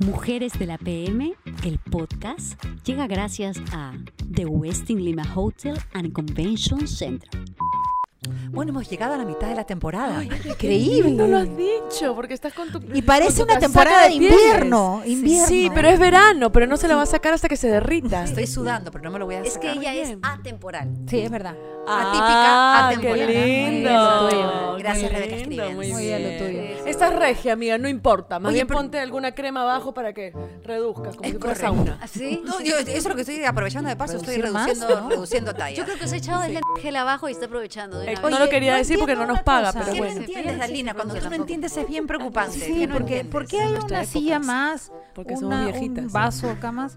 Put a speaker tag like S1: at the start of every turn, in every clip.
S1: Mujeres de la PM, el podcast, llega gracias a The Westin Lima Hotel and Convention Center.
S2: Bueno, hemos llegado a la mitad de la temporada.
S3: Increíble.
S4: No lo has dicho, porque estás con tu.
S3: Y parece
S4: con tu
S3: una
S4: casaca
S3: temporada de
S4: pieles.
S3: invierno. invierno.
S4: Sí, pero es verano, pero no se la va a sacar hasta que se derrita.
S2: Estoy sudando, pero no me lo voy a
S5: Es que
S2: sacar.
S5: ella es
S4: bien.
S5: atemporal.
S3: Sí, es verdad.
S4: Ah,
S5: atípica, atemporal.
S4: Qué
S5: Eso,
S4: lindo.
S5: tuyo. Gracias,
S4: qué lindo,
S5: Rebeca Escribens.
S4: Muy
S3: Muy
S4: bien.
S3: bien lo tuyo.
S4: Esta es regia, amiga, no importa. Más
S2: Oye,
S4: bien
S2: pero-
S4: ponte alguna crema abajo para que reduzcas, como
S2: Es
S4: si fuera
S2: correcto. ¿Ah,
S4: sauna.
S5: ¿Así?
S2: No, yo, eso es lo que estoy aprovechando de paso, estoy
S3: Reducir más,
S2: reduciendo,
S3: ¿no?
S2: reduciendo talla.
S5: Yo creo que se ha echado desde el gel abajo y está aprovechando. de
S4: Eh, no
S5: una vez.
S4: lo quería decir porque no
S3: entiendo
S4: nos
S3: una
S4: paga,
S3: cosa.
S4: pero
S2: ¿Qué no
S4: bueno.
S2: entiendes, Dalina? Cuando tú no entiendes es bien preocupante.
S3: Sí,
S2: ¿Qué no
S3: porque,
S2: entiendes?
S3: ¿por qué hay
S4: nuestra
S3: una
S4: época,
S3: silla
S4: sí.
S3: más?
S4: Porque somos
S3: una,
S4: viejitas. ¡Ah,
S3: Un vaso acá más.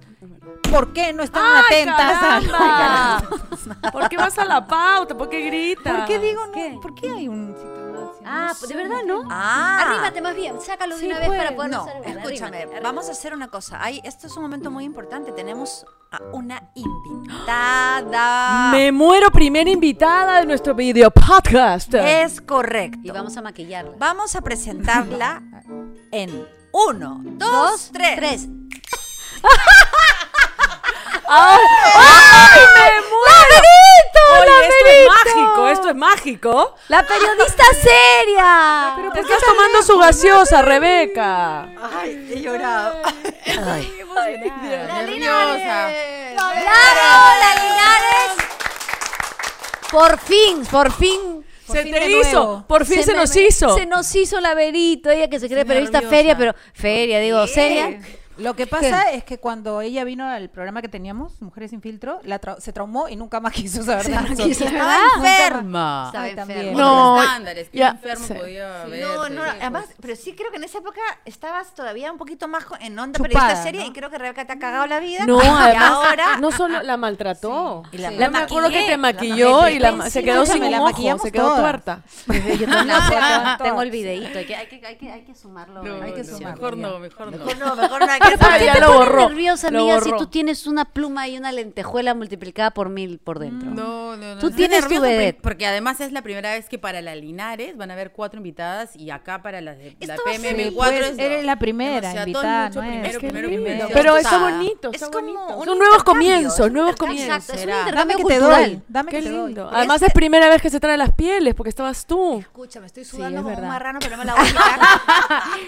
S3: ¿Por qué no están atentas? a-
S4: ¡Caramba! ¿Por qué vas a la pauta? ¿Por qué gritas?
S3: ¿Por qué digo no? ¿Por qué hay un sitio más?
S5: Ah, de verdad, ¿no?
S2: Ah.
S5: Arrímate más bien, sácalo de
S3: Sí,
S5: una vez
S3: pues.
S5: para poder
S2: No,
S5: usar el gel.
S2: escúchame,
S5: Arrímate,
S2: vamos a hacer una cosa. Ay, esto es un momento muy importante. Tenemos a una
S3: Ah.
S2: invitada.
S4: Me muero primera invitada de nuestro video podcast.
S3: Eh.
S2: Es
S5: Y
S2: correcto.
S5: vamos a maquillarla.
S2: Vamos a presentarla en uno, dos, tres.
S5: Tres.
S4: ¡Ay, me muero! Oye, esto es mágico, esto es mágico.
S5: ¡La periodista seria!
S4: Pero te estás tomando su gaseosa, Rebeca.
S2: Ay, he llorado.
S3: Por fin, por fin.
S4: se te hizo, por fin se, nos hizo.
S5: Se nos hizo la verito, ella que se cree periodista feria, pero feria, digo, seria.
S3: Lo que pasa es que cuando ella vino al programa que teníamos, Mujeres sin Filtro, la trau- se traumó y nunca más quiso saber de nosotros.
S2: Estaba enferma.
S5: Estaba
S3: Ay, también.
S5: enferma.
S4: No,
S6: otros estándares, que
S4: ya
S6: un enfermo
S4: sé.
S6: podía haber.
S2: No, no, además, pero sí pues. creo que en esa época estabas todavía un poquito más co- en onda
S3: Chupada,
S2: periodista seria
S3: ¿no?
S2: y creo que Rebeca te ha cagado la vida.
S4: no,
S2: y
S4: además,
S2: ahora
S4: no solo la maltrató.
S2: Y la-
S4: Yo
S2: la
S4: me acuerdo que
S2: maquillé,
S4: te
S2: la
S4: maquilló
S2: maquillé.
S4: y la ma- se
S2: Sí,
S4: quedó sin
S3: escúchame,
S4: un
S3: la
S4: ojo,
S3: maquillamos
S4: se quedó
S3: todas.
S4: tuerta.
S5: Yo tengo la foto,
S3: Todas.
S5: tengo el videíto, hay que, hay que, hay que, hay que sumarlo.
S6: No,
S3: hay que
S6: no,
S3: sumarlo,
S6: Mejor
S3: ya.
S6: no, mejor no.
S2: No, mejor no hay que
S4: Ah, ya
S5: te
S4: lo
S5: pones
S4: borró.
S5: nerviosa,
S4: lo
S5: amiga, si
S4: borró.
S5: tú tienes una pluma y una lentejuela multiplicada por mil por dentro.
S6: No, no, no.
S5: Tú
S6: Estoy
S5: tienes tu
S6: nerviosa por-
S5: vedette.
S6: Porque además es la primera vez que para la Linares van a haber cuatro invitadas y acá para la, de- la
S2: Esto va a
S6: PMM4
S3: ser- pues,
S6: es-
S3: eres la primera
S6: o sea, todo
S3: invitada,
S6: mucho
S3: ¿no es?
S6: primero,
S3: Es que
S6: primero,
S4: lindo.
S6: primero.
S4: Pero
S6: Entonces,
S4: está
S6: ah,
S4: bonito,
S2: Es
S4: está
S2: como
S4: bonito.
S2: un
S4: Son nuevos
S2: intercambio,
S4: comienzos,
S2: es un
S4: nuevos
S2: intercambio,
S5: Exacto,
S6: ¿Quién
S5: es un
S6: será?
S5: intercambio
S3: Dame que te
S5: cultural.
S3: doy, dame
S4: Qué
S3: que te doy.
S4: lindo. Además es primera vez que se traen las pieles porque estabas tú.
S2: Escúchame, estoy sudando
S3: es
S2: como un
S3: verdad.
S2: marrano, pero no me la voy a quitar.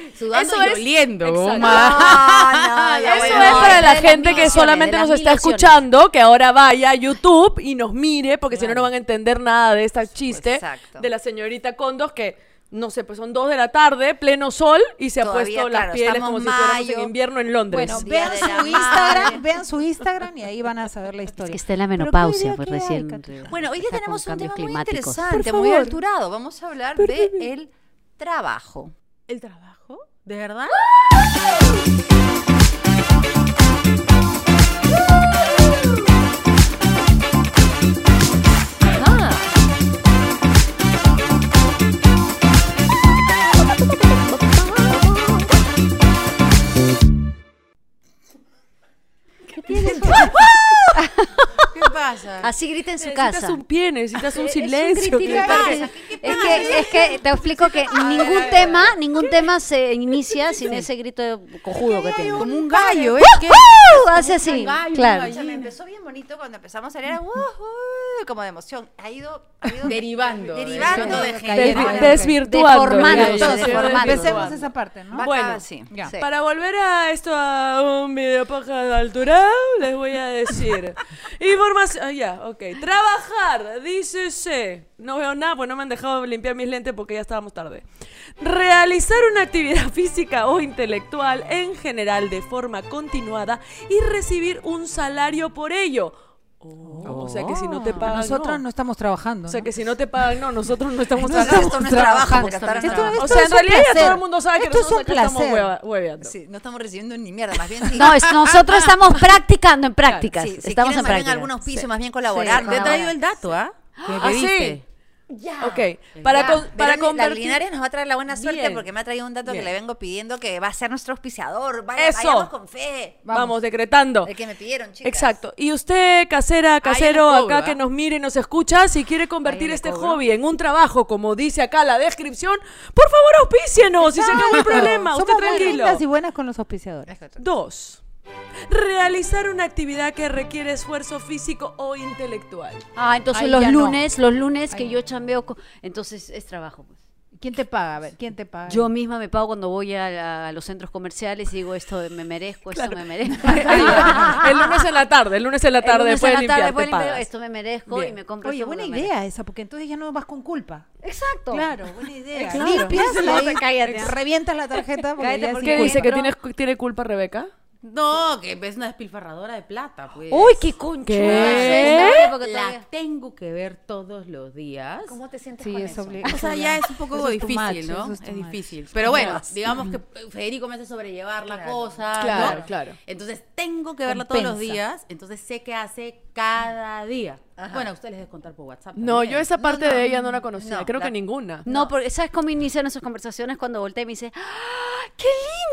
S6: Sudando y oliendo,
S4: Exacto.
S6: goma.
S2: Ah, No, no, ya
S4: Eso
S2: voy,
S4: es
S2: no, ya
S4: para
S2: voy.
S4: la
S5: de las
S4: gente que
S5: misiones,
S4: solamente
S5: de las
S4: nos está
S5: misiones.
S4: escuchando, que ahora vaya a YouTube y nos mire, porque si no, no van a entender nada de este chiste
S2: Exacto.
S4: de la señorita Condos que, no sé, pues son dos de la tarde, pleno sol, y se
S2: Todavía,
S4: ha puesto las
S2: claro,
S4: pieles
S2: estamos
S4: como si estuviéramos en
S2: mayo.
S4: invierno en Londres.
S3: Bueno,
S2: Día
S3: vean
S2: de la
S3: su
S2: madre.
S3: Instagram, vean su Instagram y ahí van a saber la historia.
S5: Es que está en la
S3: Pero qué
S5: menopausia,
S3: idea
S5: pues
S3: que hay,
S5: recién.
S3: Cata.
S2: Bueno, hoy día
S5: está con
S2: tenemos un tema
S5: cambios
S2: muy
S5: climáticos.
S2: interesante,
S4: Por
S2: muy
S4: favor.
S2: alturado. Vamos a hablar de el trabajo.
S6: ¿El trabajo? ¿De verdad?
S2: ¿Qué pasa?
S5: Así grita en su
S4: necesitas
S5: casa.
S4: un pie, necesitas un
S5: Es un
S4: silencio. que
S5: criticar.
S4: parque-
S5: Es que, es que te explico que ningún tema, ningún tema se inicia sin ese grito cojudo que tiene.
S2: Como un gallo, ¿eh? ¿Qué?
S5: ¡Uh! Hace así, claro.
S2: Escúchame, empezó bien bonito cuando empezamos a leer, "Woohoo", como de emoción. Ha ido, ha ido
S6: Derivando.
S2: derivando
S6: de
S2: de
S6: gente.
S4: Desvi-
S2: Ah, ok.
S4: desvirtuando.
S5: Deformando,
S4: diría yo,
S5: entonces,
S4: sí,
S5: deformando.
S3: Empecemos
S4: desvirtuando.
S3: esa parte, ¿no?
S2: Va
S4: Bueno,
S2: acá, sí.
S3: ya.
S2: Sí.
S4: Para volver a esto, a un video paja de altura, les voy a decir. Información. ah, ya, ok. Trabajar, dícese. No veo nada, pues no me han dejado limpiar mis lentes porque ya estábamos tarde. Realizar una actividad física o intelectual en general de forma continuada y recibir un salario por ello. Oh, O sea que si no te pagan.
S3: Nosotras no.
S4: no.
S3: estamos trabajando.
S4: O sea
S3: ¿no?
S4: que si no te pagan, no, nosotros no estamos
S2: Entonces,
S4: trabajando.
S2: esto no es trabajo, porque estar
S3: Esto-
S2: trabajando.
S4: O
S3: esto
S4: sea,
S3: es
S4: en
S3: un
S4: realidad ya
S3: placer.
S4: todo el mundo sabe que
S3: Esto es
S4: nosotros
S3: un
S4: acá estamos
S3: placer.
S4: hueva- hueveando.
S2: Sí, no estamos recibiendo ni mierda, más bien sí.
S5: No, es- nosotros estamos practicando en prácticas.
S2: Sí, si quieren
S5: estamos
S2: más
S5: en
S2: bien
S5: prácticas.
S2: algunos pisos, más bien colaborar.
S5: Sí,
S2: ¿no?
S6: Te traigo el dato, ¿ah? Que me
S4: ¿Ah, sí?
S6: pediste.
S2: Ya.
S4: Ok, para,
S2: Ya.
S4: con- para
S2: Verónica
S4: convertir...
S2: Linares nos va a traer la buena suerte
S4: Bien.
S2: porque me ha traído un dato
S4: Bien.
S2: que le vengo pidiendo que va a ser nuestro auspiciador. Vaya,
S4: Eso.
S2: Vayamos con fe.
S4: Vamos, decretando.
S2: El que me pidieron, chicas.
S4: Exacto. Y usted, casera, casero,
S6: Ahí les cobro,
S4: acá
S6: ¿ah?
S4: que nos mire y nos escucha, si quiere convertir este hobby en un trabajo, como dice acá la descripción, por favor auspícienos y se acabó el problema.
S3: Somos
S4: Usted
S3: muy
S4: tranquilo.
S3: lindas y buenas con los auspiciadores.
S4: Dos. Realizar una actividad que requiere esfuerzo físico o intelectual.
S5: Ah, entonces
S3: Ahí
S5: los
S3: ya no.
S5: lunes, los lunes que yo chambeo, co- entonces es trabajo. pues.
S3: ¿Quién te paga? A ver, ¿quién te paga?
S5: Yo misma me pago cuando voy a, la- a los centros comerciales y digo esto me merezco, esto me merezco.
S4: el lunes en la tarde, el lunes en la
S5: El
S4: tarde
S5: lunes
S4: después
S5: en
S4: de
S5: la
S4: limpiar, te
S5: tarde, después de limpiar,
S4: pagas.
S5: esto me merezco
S4: Bien.
S5: y me compro
S3: Oye,
S5: esto
S3: buena
S5: porque me merezco.
S3: idea esa, porque entonces ya no vas con culpa.
S5: Exacto.
S3: Claro, buena idea.
S5: Claro.
S3: Limpias,
S5: Ese
S3: ahí,
S5: lote, cállate.
S3: revientas la tarjeta porque
S5: Cállate
S3: ya
S5: porque
S4: ¿Qué
S3: sin
S4: dice?
S3: culpa.
S4: ¿Que tiene, tiene culpa Rebeca?
S6: No, que es una despilfarradora de plata, pues.
S5: Uy, qué concho.
S4: ¿Qué?
S6: La tengo que ver todos los días.
S2: ¿Cómo te sientes
S3: Sí,
S2: con
S3: es
S2: eso?
S3: obligado.
S6: O sea, ya es un poco
S3: Eso es too
S6: difícil,
S3: much,
S6: ¿no?
S3: eso
S6: Es,
S3: es too much.
S6: difícil. Pero bueno, digamos que eh, Federico me hace sobrellevar la cosa. ¿no?
S4: Claro, claro.
S6: Entonces tengo que verla todos los
S3: Compensa.
S6: días. Entonces sé qué hace cada día. Bueno, a ustedes les deben contar por WhatsApp.
S4: No,
S6: también.
S4: yo esa parte de ella no la conocía.
S2: no,
S4: Creo
S2: la-
S4: que ninguna.
S5: No, porque ¿sabes cómo inician nuestras conversaciones? Cuando volteé y me dice, ¡Ah, ¡qué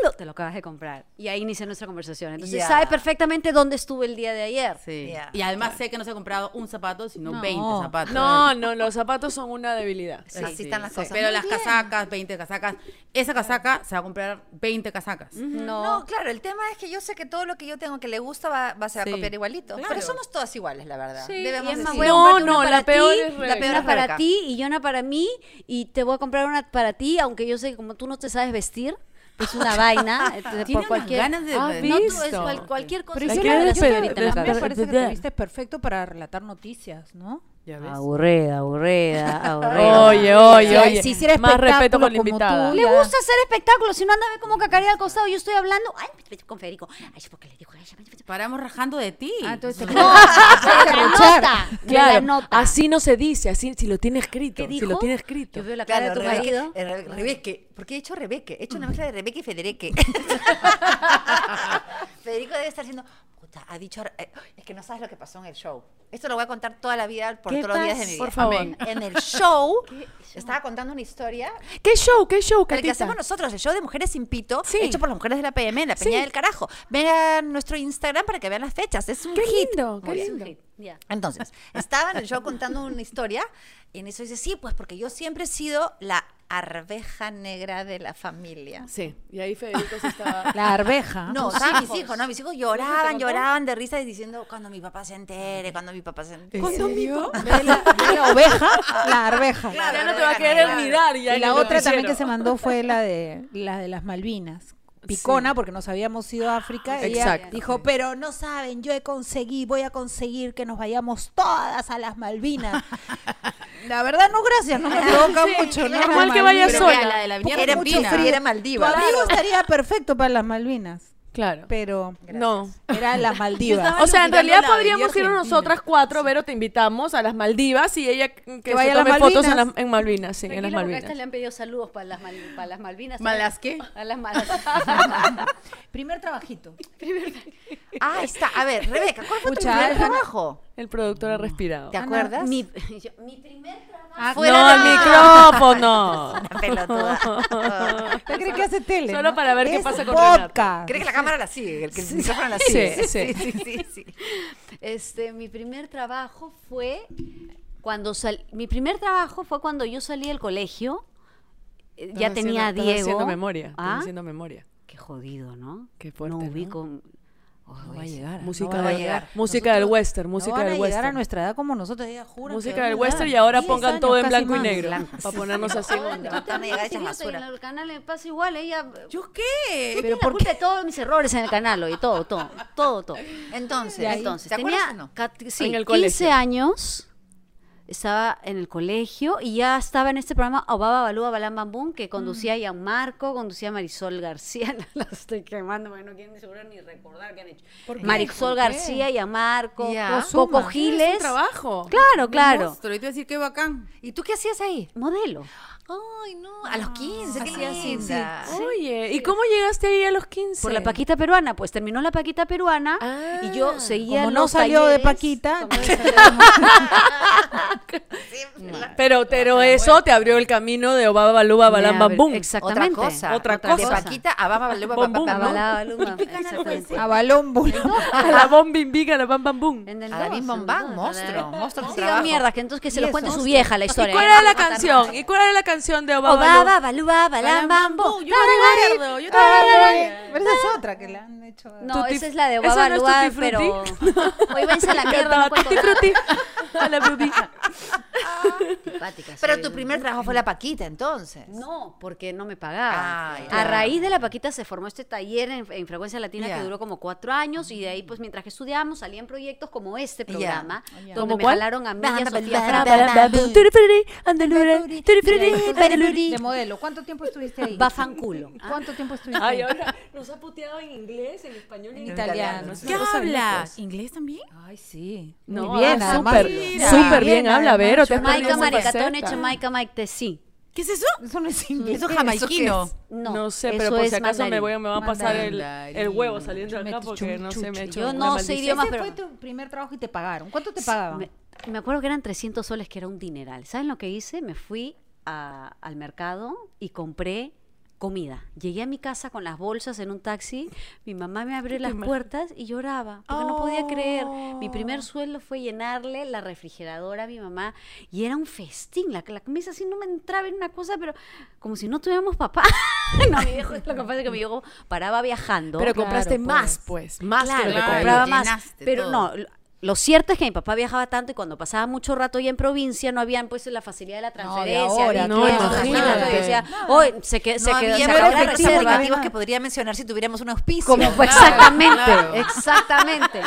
S5: lindo! Te lo acabas de comprar. Y ahí inicia nuestra conversación. Entonces
S2: Ya.
S5: sabe perfectamente dónde estuve el día de ayer.
S6: Sí.
S2: Ya.
S6: Y además sé que no se ha comprado un zapato, sino
S3: No.
S6: 20 zapatos.
S4: No, no, los zapatos son una debilidad.
S2: Sí, así están las cosas.
S6: Pero las casacas, 20 casacas. Esa casaca se va a comprar 20 casacas.
S5: No.
S2: No, claro, el tema es que yo sé que todo lo que yo tengo que le gusta va, va- se va
S6: Sí.
S2: a copiar igualito.
S6: Claro.
S2: Pero somos todas iguales, la verdad.
S5: Sí,
S2: Debemos
S5: y es más,
S2: decir.
S5: voy a
S4: No,
S5: comprarte una
S4: no,
S5: para
S4: la peor
S5: ti,
S4: es Rebeca.
S5: La peor es
S2: Es
S5: para
S2: Rebeca.
S5: ti y yo una para mí. Y te voy a comprar una para ti, aunque yo sé que como tú no te sabes vestir, es una vaina. entonces,
S6: Tiene
S5: por
S6: unas
S5: cualquier...
S6: ganas de-
S5: Ah,
S6: de-
S5: no, tú, es
S4: Visto.
S5: cual- cualquier cosa.
S4: Pero
S5: es
S4: yo
S5: una
S4: la-
S5: de las
S4: yo te-
S5: favoritas,
S4: de-
S5: la
S3: A mí me
S5: verdad.
S3: parece que te viste perfecto para relatar noticias, ¿no?
S4: Ah,
S6: ¿Ya ves?
S5: Aburrida, aburrida, aburrida.
S4: Oye, oye,
S3: sea,
S4: oye.
S3: si hiciera
S4: Más respeto
S3: espectáculo
S4: con la
S3: como
S4: invitada.
S3: tú,
S5: Le
S3: Ya.
S5: gusta hacer espectáculos, si no anda a ver como cacaría al costado. Yo estoy hablando, ay, con Federico. Ay, ¿por qué le dijo? Ay,
S6: Paramos rajando de ti.
S3: Ah, entonces te-
S1: Ah,
S5: de la nota, de la
S4: Claro,
S5: nota.
S4: así no se dice, así si lo tiene escrito,
S5: ¿Qué
S4: si
S5: dijo?
S4: lo tiene escrito.
S5: Yo veo la cara
S2: Claro,
S5: de tu
S2: Rebeca-
S5: marido.
S2: eh, Re- Rebeque. ¿Por qué he hecho Rebeque? He hecho una mezcla de Rebeque y Federeque. Federico debe estar diciendo, puta, ha dicho. eh, Es que no sabes lo que pasó en el show. Esto lo voy a contar toda la vida, por
S4: ¿Qué
S2: todos los días de
S4: pasó?
S2: mi vida.
S4: Por favor.
S2: Amén. En el show, estaba contando una historia.
S4: ¿Qué show, qué show,
S2: El que
S4: Catita?
S2: hacemos nosotros, el show de Mujeres sin Pito,
S4: Sí.
S2: hecho por las mujeres de la PM, en la Peña
S4: Sí.
S2: del Carajo. Vean nuestro Instagram para que vean las fechas. Es un
S4: Qué
S2: hit.
S4: lindo, qué
S2: Muy bien.
S4: lindo.
S5: Ya.
S2: Entonces, estaba en el show contando una historia y en eso dice, sí, pues porque yo siempre he sido la arveja negra de la familia.
S4: Sí, y ahí Federico se estaba...
S3: La
S4: Ah,
S3: arveja.
S2: No,
S4: pues
S2: sí, mis
S4: hijos.
S2: hijos, no, mis hijos
S4: ¿Te
S2: lloraban,
S4: contó?
S2: lloraban de risa y diciendo, cuando mi papá se entere, cuando mi papá se entere.
S4: ¿Cuándo mi papá?
S3: De la, de la oveja, la arveja.
S4: Ya no te va a
S2: Claro,
S4: querer
S2: claro.
S4: mirar. Ya
S3: Y
S4: ni
S3: la
S4: lo
S3: otra también
S4: hicieron.
S3: que se mandó fue la de la de las Malvinas. Picona, porque nos habíamos ido a África. Ella
S4: Exacto.
S3: dijo, pero no saben, yo he conseguido, voy a conseguir que nos vayamos todas a las Malvinas. la verdad, no, gracias, no me provoca mucho. ¿no?
S4: normal
S3: Las
S4: que vayas
S3: Malvinas.
S6: Pero mira,
S4: sola.
S6: la de la Avenida
S2: Era
S6: Argentina.
S2: mucho frío, era
S3: Tu
S2: Maldivas.
S3: amigo estaría perfecto para las Malvinas,
S4: Claro.
S3: pero
S4: No.
S3: era las Maldivas.
S4: O sea, en
S6: alucinando
S4: realidad
S6: la
S4: podríamos
S6: Avenida
S4: irnos
S6: Argentina.
S4: nosotras cuatro, Vero, te invitamos a las Maldivas y ella que, se
S3: vaya a las
S4: tome fotos en,
S3: Malvinas.
S4: las- en Malvinas, sí, en las
S5: Tranquila, porque a estas
S4: Malvinas.
S5: le han pedido saludos para las, Mal- para las Malvinas.
S6: ¿Malas qué?
S5: A las malas.
S3: Primer trabajito.
S2: Ah, está. A ver, Rebeca, ¿cuál fue
S3: Pucha,
S2: tu primer
S3: Alfa, no.
S2: trabajo?
S4: El productor ha respirado.
S2: ¿Te acuerdas?
S5: Mi, yo- mi primer trabajo.
S4: No, el micrófono.
S2: Una pelotuda.
S3: ¿Usted cree que hace tele?
S4: Solo
S3: no?
S4: para ver qué
S3: Es
S4: pasa con
S3: podcast.
S2: ¿Cree que la cámara la sigue? El que el micrófono la
S4: Sí,
S2: sigue.
S4: sí.
S2: sí, sí, sí.
S5: Este, mi primer trabajo fue cuando sal- mi primer trabajo fue cuando yo salí del colegio. Eh, ya
S4: Estás
S5: tenía a
S4: haciendo-
S5: Diego.
S4: Estás haciendo memoria.
S5: ¿Ah?
S4: Estás haciendo memoria.
S5: Qué jodido, ¿no?
S4: Qué fuerte,
S5: No
S4: ¿no?
S5: ubico. Oh, ese-
S4: música
S2: no va a
S4: del-
S2: llegar.
S4: Música del western, música
S3: no van
S4: del
S3: a llegar a
S4: western.
S3: nuestra edad como nosotros. Ella jura
S4: Música del western y ahora pongan todo en blanco y negro.
S5: Blanco.
S4: Para ponernos así en
S5: Ahora,
S4: onda.
S5: tú también,
S2: Van a llegar
S5: si
S2: hechas
S5: Ah, yo
S2: basura.
S5: estoy en el canal me pasa igual, ella eh,
S6: ¿Yo qué?
S5: pero por de todos mis errores en el canal hoy, todo, todo, todo, todo.
S2: Entonces,
S5: Entonces,
S2: ¿te acuerdas o
S5: tenía
S2: no?
S5: cat- sí,
S4: En el
S5: 15
S4: colegio.
S5: años, estaba en el colegio y ya estaba en este programa Obaba Balúa Balán Bambún, que conducía a Marco, conducía a Marisol García, la- la estoy quemando, porque no quieren seguro ni recordar qué han hecho. Marisol García, y Marco,
S2: Ya.
S5: Coco
S3: Suma.
S4: Es un
S5: Giles.
S4: trabajo.
S5: Claro, claro.
S6: Monstruo, y te iba a decir qué bacán.
S2: ¿Y tú qué hacías ahí?
S5: Modelo.
S2: Ay, no, a los 15, qué linda.
S4: Oye, ¿y cómo llegaste ahí a los 15?
S5: Por la Paquita peruana, pues terminó la Paquita peruana y yo seguía
S3: Como
S5: los
S3: no salió de
S5: talleres,
S3: Paquita,
S5: como-
S3: entonces
S4: Pero, pero eso te abrió el camino de Obaba Baluba Balam Bam, Bum.
S2: Otra
S5: Exactamente.
S2: cosa.
S4: Otra
S2: De
S4: cosa.
S2: Paquita a Baba Baluba,
S4: Bom,
S2: Baba,
S4: bum,
S2: Baba, Baba.
S4: ¿no?
S5: Babalá, balum, bam, exactamente.
S3: A balón
S4: A la bom bim bim, a la bam bam bum.
S5: En el
S2: A David
S5: dos,
S2: Bombán,
S5: en el dos,
S2: monstruo,
S5: en el-
S2: monstruo que
S5: Sí,
S2: trabajo.
S5: mierda, que entonces que se
S3: Y
S5: lo
S3: es
S5: cuente su
S3: monstruo.
S5: vieja la historia. Oh,
S4: ¿Cuál era la canción? ¿Y cuál era la canción de Obaba Baluba?
S5: Obaba, balúa, balam, bambo.
S6: Yo me acuerdo, yo también.
S3: Pero esa es otra que le han hecho.
S5: No,
S4: Tutti-
S5: esa es la de
S4: ¿Esa
S5: Obaba,
S4: no es
S5: Lua,
S4: Tutti Frutti?
S5: pero... Hoy váyanse a la mierda,
S4: Cantaba
S5: no puedo
S4: Tutti
S5: contar.
S4: Frutti. A la bubi.
S2: Pero tu primer trabajo fue la Paquita, entonces.
S5: No, porque no me pagaba.
S2: Ah,
S5: A
S2: ya.
S5: raíz de la Paquita se formó este taller en, en Frecuencia Latina
S2: Ya.
S5: que duró como cuatro años y de
S4: Mm.
S5: ahí, pues mientras que estudiábamos, salían proyectos como este programa, donde
S4: ¿Cómo
S5: me
S4: cuál?
S5: jalaron a mí y a Sofía
S2: ba,
S5: Frappa.
S4: Tutti Frutti, Andalura, Tutti Frutti, Andalura.
S3: De modelo. ¿Cuánto tiempo estuviste ahí?
S5: Bafanculo. ¿ah?
S3: ¿Cuánto tiempo estuviste
S4: Ay,
S3: ahí?
S4: ahora nos ha puteado en inglés, en español y en italiano.
S3: Italiano.
S6: ¿Qué hablas? ¿Inglés también?
S3: Ay, sí.
S4: No,
S3: Muy bien,
S4: ah,
S3: además.
S4: súper,
S6: Mira.
S4: súper
S3: Bien,
S4: bien, habla,
S3: además,
S4: Vero. Te has
S5: Maica
S4: perdido esa
S5: Maricatone,
S4: faceta.
S5: Maica Mike Tesí.
S6: ¿Qué es eso?
S3: Eso no es inglés.
S6: Eso
S3: ¿qué es?
S6: jamaicano.
S5: No,
S4: No sé,
S5: eso
S4: pero por
S5: es
S4: si acaso me,
S5: mandarín.
S4: voy, a- me va a pasar el,
S6: Mandarín.
S4: el huevo saliendo de acá
S3: Chumete,
S4: porque no sé, me ha
S3: chumchuchu.
S4: hecho
S5: Yo
S4: una
S5: no sé
S4: maldición.
S5: idioma,
S3: Ese
S5: pero-
S3: fue tu primer trabajo y te pagaron. ¿Cuánto te pagaban?
S5: Me, me acuerdo que eran 300 soles, que era un dineral. ¿Saben lo que hice? Me fui a- al mercado y compré comida. Llegué a mi casa con las bolsas en un taxi, mi mamá me abrió las puertas y lloraba, porque no podía creer. Mi primer sueldo fue llenarle la refrigeradora a mi mamá y era un festín, la, la comida así no me entraba en una cosa, pero como si no tuviéramos papá. no, mi viejo, lo que pasa es que mi viejo paraba viajando.
S4: Pero compraste
S3: Claro,
S4: más, pues. Más que
S5: Claro,
S4: lo que
S5: le
S6: claro,
S4: compraba.
S5: compraba
S6: lo
S5: más.
S6: llenaste
S5: Pero
S6: todo.
S5: no, lo- lo cierto es que mi papá viajaba tanto y cuando pasaba mucho rato ya en provincia no habían puesto la facilidad de la transferencia.
S3: ahora,
S5: había
S4: no,
S5: todo eso,
S4: imagínate.
S5: todo eso, y decía, hoy se, que, se
S2: No
S5: quedó
S2: había
S5: se acabó la
S2: valores
S5: reserva.
S2: comunicativos que podría mencionar si tuviéramos un auspicio.
S5: Como fue
S6: Claro,
S5: exactamente,
S6: claro.
S5: exactamente.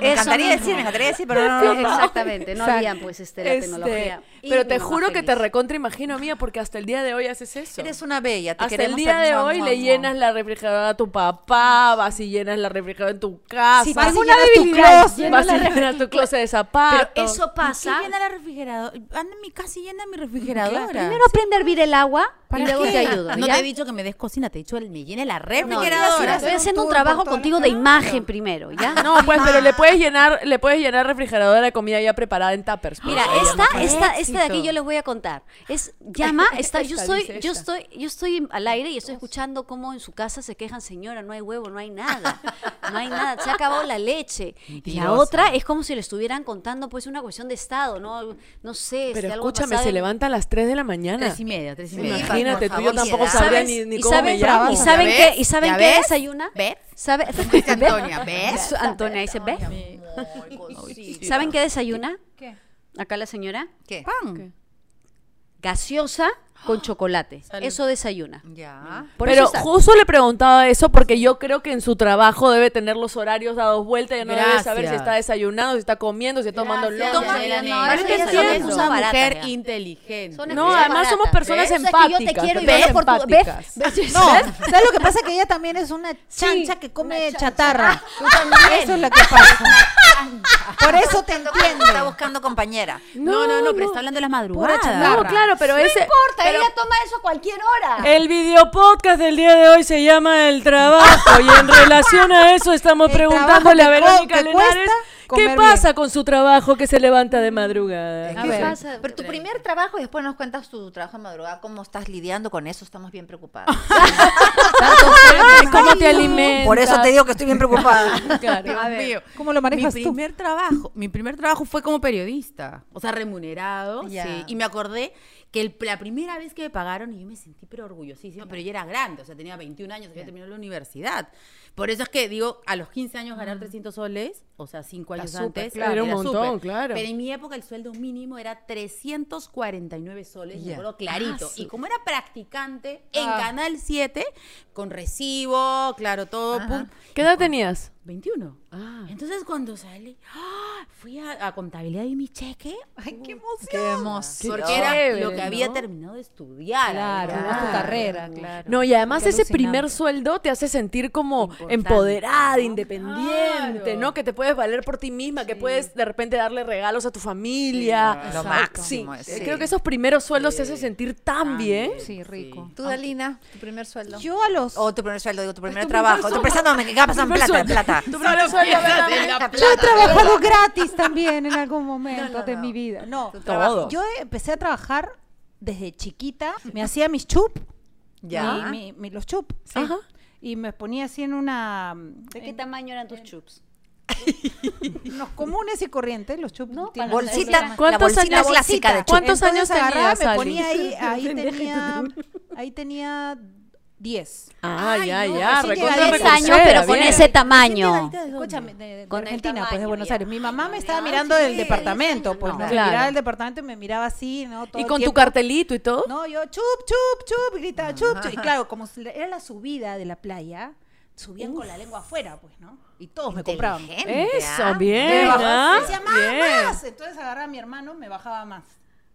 S2: Me
S5: Eso
S2: encantaría
S5: mismo.
S2: decir, me encantaría decir, pero no, no, no.
S5: Exactamente, no
S4: O sea,
S5: había pues este, la
S4: este,
S5: tecnología. Y
S4: Pero
S5: mi
S4: te
S5: mamá
S4: juro que te
S5: feliz.
S4: recontra imagino, mía, porque hasta el día de hoy haces eso.
S2: Eres una bella, te
S4: Hasta el
S2: queremos
S4: día de
S2: tanto.
S4: hoy
S2: Mua,
S4: le
S2: mua.
S4: llenas la refrigeradora a tu papá, vas y llenas la refrigeradora en tu casa.
S3: Si
S4: vas
S3: tengo
S4: y
S3: una
S4: llenas tu
S3: debilidad,
S4: closet,
S3: lleno
S4: vas
S3: la
S4: y llenas tu closet de zapatos.
S5: Pero eso pasa.
S6: ¿Qué llena la refrigeradora? Anda en mi casa y llena mi refrigeradora.
S5: Primero aprende a hervir el agua y luego
S6: qué?
S5: te ayudo.
S6: No
S5: ¿ya?
S6: te he dicho que me des cocina, te he dicho el- me llene la
S5: No,
S6: refrigeradora.
S5: estoy haciendo un trabajo contigo de imagen primero, ¿ya?
S4: No, pues, pero le puedes llenar, le puedes llenar refrigeradora de comida ya preparada en tuppers. pues.
S5: Mira,
S4: Ahí ya
S5: esta,
S4: no-
S5: esta, esta de aquí
S6: éxito.
S5: yo les voy a contar. Es llama, está, yo
S4: Esta,
S5: estoy,
S4: dice
S5: yo
S4: esta.
S5: estoy, yo estoy al aire y estoy escuchando cómo en su casa se quejan, señora, no hay huevo, no hay nada, no hay nada, se ha acabado la leche. Y la
S6: Mentirosa.
S5: otra es como si le estuvieran contando pues una cuestión de estado, no, no sé, este,
S4: Pero
S5: algo ha
S4: escúchame,
S5: pasado
S4: se
S5: en-
S4: levanta a las 3 de la mañana.
S6: Tres y media, tres y
S2: Sí,
S6: media.
S4: Imagínate,
S2: por
S4: tú yo
S2: favor,
S4: tampoco
S2: ¿sabes?
S4: sabría ni, ni
S5: pues, ¿Y
S4: cómo me
S5: saben,
S4: llamo.
S5: ¿y saben
S6: ¿Ya
S5: qué,
S6: ves?
S5: ¿y saben
S6: ¿Ya
S5: qué
S6: ves?
S5: desayuna?
S6: ¿Ves?
S5: ¿Sabe?
S6: Dice Antonia, ¿ves?
S5: Su- Antonia dice, ¿ves? ¿Saben qué desayuna?
S3: ¿Qué?
S5: Acá la señora.
S2: ¿Qué?
S6: Pan.
S5: Gaseosa con chocolate. Eso desayuna.
S2: Ya.
S5: Por
S4: pero
S5: eso está-
S4: justo le preguntaba eso porque yo creo que en su trabajo debe tener los horarios dados vuelta y no debe saber si
S6: Gracias.
S4: está desayunando, si está comiendo, si está tomando
S6: Gracias,
S4: lonche.
S5: Toma-
S6: Elena.
S5: No, ahora
S6: Pero
S5: sí
S6: es
S5: ya
S6: que
S5: son
S6: eres
S5: excusas
S6: una
S5: baratas,
S6: mujer
S5: ya.
S6: inteligente.
S5: Son
S4: No, además somos personas
S5: Eso es que yo te
S4: empáticas.
S5: quiero y
S4: personas
S5: veo por tu-
S4: empáticas. Ah,
S5: ¿ves? ¿ves?
S3: No, ¿sabes lo que pasa? Que ella también es una chancha que come chatarra. Tú también. Eso es lo que pasa. Por eso te entiendo.
S2: Está buscando compañera.
S6: No, no, no, pero está hablando de las
S3: chatarra.
S6: madrugadas.
S4: No, claro, pero ese...
S5: ella toma eso a cualquier hora.
S4: El video podcast del día de hoy se llama El Trabajo y en relación a eso estamos
S3: El
S4: preguntándole a
S3: trabajo que co-
S4: Verónica
S3: que
S4: Lenares
S3: cuesta
S4: qué
S3: comer
S4: pasa con su trabajo que se levanta de madrugada.
S3: A
S5: ¿Qué
S3: ver.
S5: pasa?
S2: Pero tu primer trabajo y después nos cuentas tu trabajo de madrugada, cómo estás lidiando con eso, estamos bien preocupados.
S4: Ay, ¿Cómo te alimentas?
S2: Por eso te digo que estoy bien preocupada.
S6: Dios mío.
S3: ¿Cómo lo manejas
S6: mi
S3: tú?
S6: primer trabajo, mi primer trabajo fue como periodista, o sea, remunerado,
S2: Ya.
S6: sí. Y me acordé que el- la primera vez que me pagaron, y yo me sentí pero orgullosísima, pero yo era grande, o sea, tenía 21 años, había terminado la universidad. Por eso es que digo, a los 15 años ganar 300 soles, o sea, 5 años
S4: súper,
S6: antes,
S4: claro. Era un montón,
S6: súper.
S4: claro.
S6: Pero en mi época el sueldo mínimo era 349 soles, me
S2: Ya.
S6: acuerdo clarito. y como era practicante en Canal 7, con recibo, claro, todo, pum,
S4: ¿Qué edad tenías?
S6: 21. Entonces cuando salí, ¡ah! fui a, a contabilidad y mi cheque.
S3: Ay, qué emoción.
S4: Qué
S6: Porque era lo
S4: chévere,
S6: que había
S4: ¿no?
S6: terminado de estudiar.
S3: Claro,
S6: además.
S3: tu carrera, claro.
S4: No, y además
S3: Qué
S4: ese primer
S3: alucinante.
S4: sueldo te hace sentir como empoderada, independiente, ¿no? Que te puedes valer por ti misma, que puedes de repente darle regalos a tu familia.
S2: lo
S4: Sí,
S2: máximo es,
S4: eh,
S2: sí.
S4: Creo que esos primeros sueldos te hacen sentir tan bien.
S6: Sí, rico.
S2: Tú, Dalina, tu primer sueldo.
S3: Yo a los.
S2: O tu primer sueldo, digo, tu
S6: Pues
S2: primer
S4: tu primer
S2: trabajo.
S4: sueldo.
S2: Tu primer sueldo, que pasa en plata,
S4: primer
S2: en
S4: sueldo.
S2: plata.
S4: Tu primer sueldo, ¿verdad?
S3: Yo he trabajado gratis también en algún momento
S2: No, no,
S3: de
S2: no.
S3: mi vida. No,
S2: Tu trabajo.
S4: Todo.
S3: yo empecé a trabajar desde chiquita. Me hacía mis chup.
S2: Ya.
S3: mi- mi- mi- los chup. sí.
S4: Ajá.
S3: Y me ponía así en una.
S5: ¿De qué tamaño eran tus chups?
S3: Los comunes y corrientes, los chup.
S5: No,
S3: tienen-
S5: para
S2: Bolsita, la
S4: ¿Cuántos
S2: bolsita
S4: años-
S2: clásica de
S4: bolsita? ¿Cuántos
S3: Entonces
S4: años
S3: agarraba,
S4: tenías,
S3: Me
S4: Ali?
S3: ponía ahí, ahí
S4: Pendeja,
S3: tenía, ahí tenía 10.
S4: Ah, ya,
S6: no,
S4: ya.
S6: recién
S4: recontra
S3: llegué a 10
S4: recursera,
S5: años, pero con
S4: bien.
S5: ese tamaño.
S3: Escúchame, de, de
S5: Con el
S3: Argentina, pues de
S5: tamaño,
S3: Buenos
S5: ya.
S3: Aires. Mi mamá me estaba
S5: Ah,
S3: mirando
S5: sí,
S3: del departamento,
S5: diez
S3: pues
S5: años,
S3: ¿no?
S5: no.
S3: me
S4: Claro.
S3: miraba del departamento y me miraba así, ¿no? Todo
S4: ¿Y
S3: el
S4: con tu
S3: tiempo.
S4: cartelito y todo?
S3: No, yo chup, chup, chup, gritaba chup, chup. Y claro, como si era la subida de la playa, subían con la lengua afuera, pues, ¿no? Y todos me compraban.
S2: Inteligente, ¿ah?
S4: Eso,
S3: Me
S4: bien.
S3: bajaba,
S4: ¿ah?
S3: decía, más,
S4: Bien.
S3: más. Entonces agarraba a mi hermano, me bajaba más.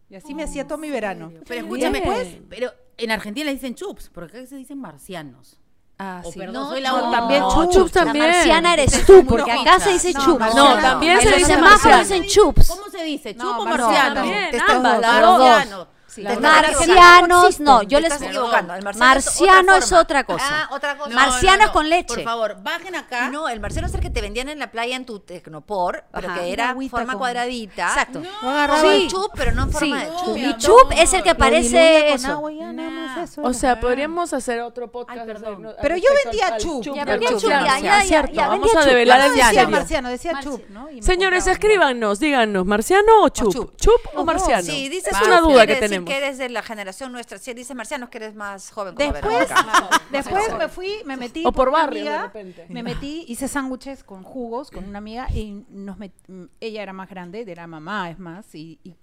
S3: Y así me hacía todo mi verano.
S6: Pero escúchame,
S4: Bien.
S6: pues, pero en Argentina le dicen chups, porque acá se dicen marcianos.
S4: Ah,
S6: O
S4: sí.
S6: perdón,
S4: No,
S6: soy la
S4: no,
S6: única.
S4: también
S6: No,
S4: chups. también.
S5: La marciana eres tú, porque
S6: No,
S5: acá se dice
S3: no,
S5: chups.
S3: marciana.
S4: No, también
S5: Ahí
S4: se
S5: lo
S4: dice
S5: dicen más, pero
S4: marciana.
S5: dicen chups.
S6: ¿Cómo se dice? ¿Chup
S3: No,
S6: o
S3: marciano.
S6: marciano?
S4: También,
S2: Te estás
S4: ambas, las
S2: equivocando.
S4: dos.
S6: Marciano.
S2: Te estás equivocando.
S5: Marcianos, no, yo
S2: Te
S5: les
S2: estás equivocando. El
S5: Marciano es
S2: forma.
S5: otra cosa.
S2: Ah, otra cosa.
S5: No, Marciano es con leche.
S6: Por favor, bajen acá.
S2: No, el marciano es el que te vendían en la playa en tu tecnopor, pero
S5: Ajá.
S2: que
S3: Una
S2: era
S3: agüita
S2: forma
S3: con-
S2: cuadradita. Exacto.
S3: Yo agarraba
S5: Sí.
S3: el chup,
S2: chup, pero no en forma
S5: Sí.
S2: de
S6: No,
S2: chup.
S6: mi
S5: Y
S6: amor.
S5: chup es el que
S6: Lo
S3: lo diluía
S5: parece
S3: con
S5: eso.
S3: agua y ya, nada más eso
S4: O
S3: era.
S4: sea, podríamos hacer otro podcast.
S6: Ay,
S4: al-
S6: perdón.
S4: al
S3: Pero yo
S4: respecto
S3: vendía
S4: al- al
S3: chup.
S5: Ya
S4: al
S5: vendía
S4: chup,
S5: chup, ya,
S4: marciano,
S5: ya, ya,
S4: ¿cierto?
S5: ya
S4: Vamos
S5: vendía
S4: a
S5: chup.
S4: develar
S3: no
S4: el
S3: decía
S4: misterio.
S3: marciano, decía
S5: Marci-
S3: chup, ¿no? Y me
S4: Señores,
S3: compraban.
S4: escríbanos, díganos, ¿marciano o chup? ¿Chup,
S2: chup.
S4: o marciano?
S2: Sí, dices
S4: es
S2: chup,
S4: una duda
S2: quiere
S4: que
S2: decir
S4: tenemos.
S2: que eres de la generación nuestra. Si dices marciano es que eres más joven. como
S3: Después,
S2: Verónica.
S3: después me fui, me metí.
S4: O por
S3: con una
S4: barrio, de
S3: amiga,
S4: repente.
S3: Me metí, hice sándwiches con jugos con una amiga y nos met- mm, ella era más grande, era mamá, es más, y, y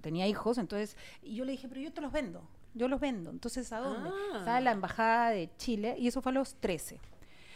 S3: tenía hijos. Entonces, y yo le dije, pero yo te los vendo, yo los vendo. Entonces, ¿a dónde?
S4: Ah.
S3: Estaba en la embajada de Chile y eso fue a los 13.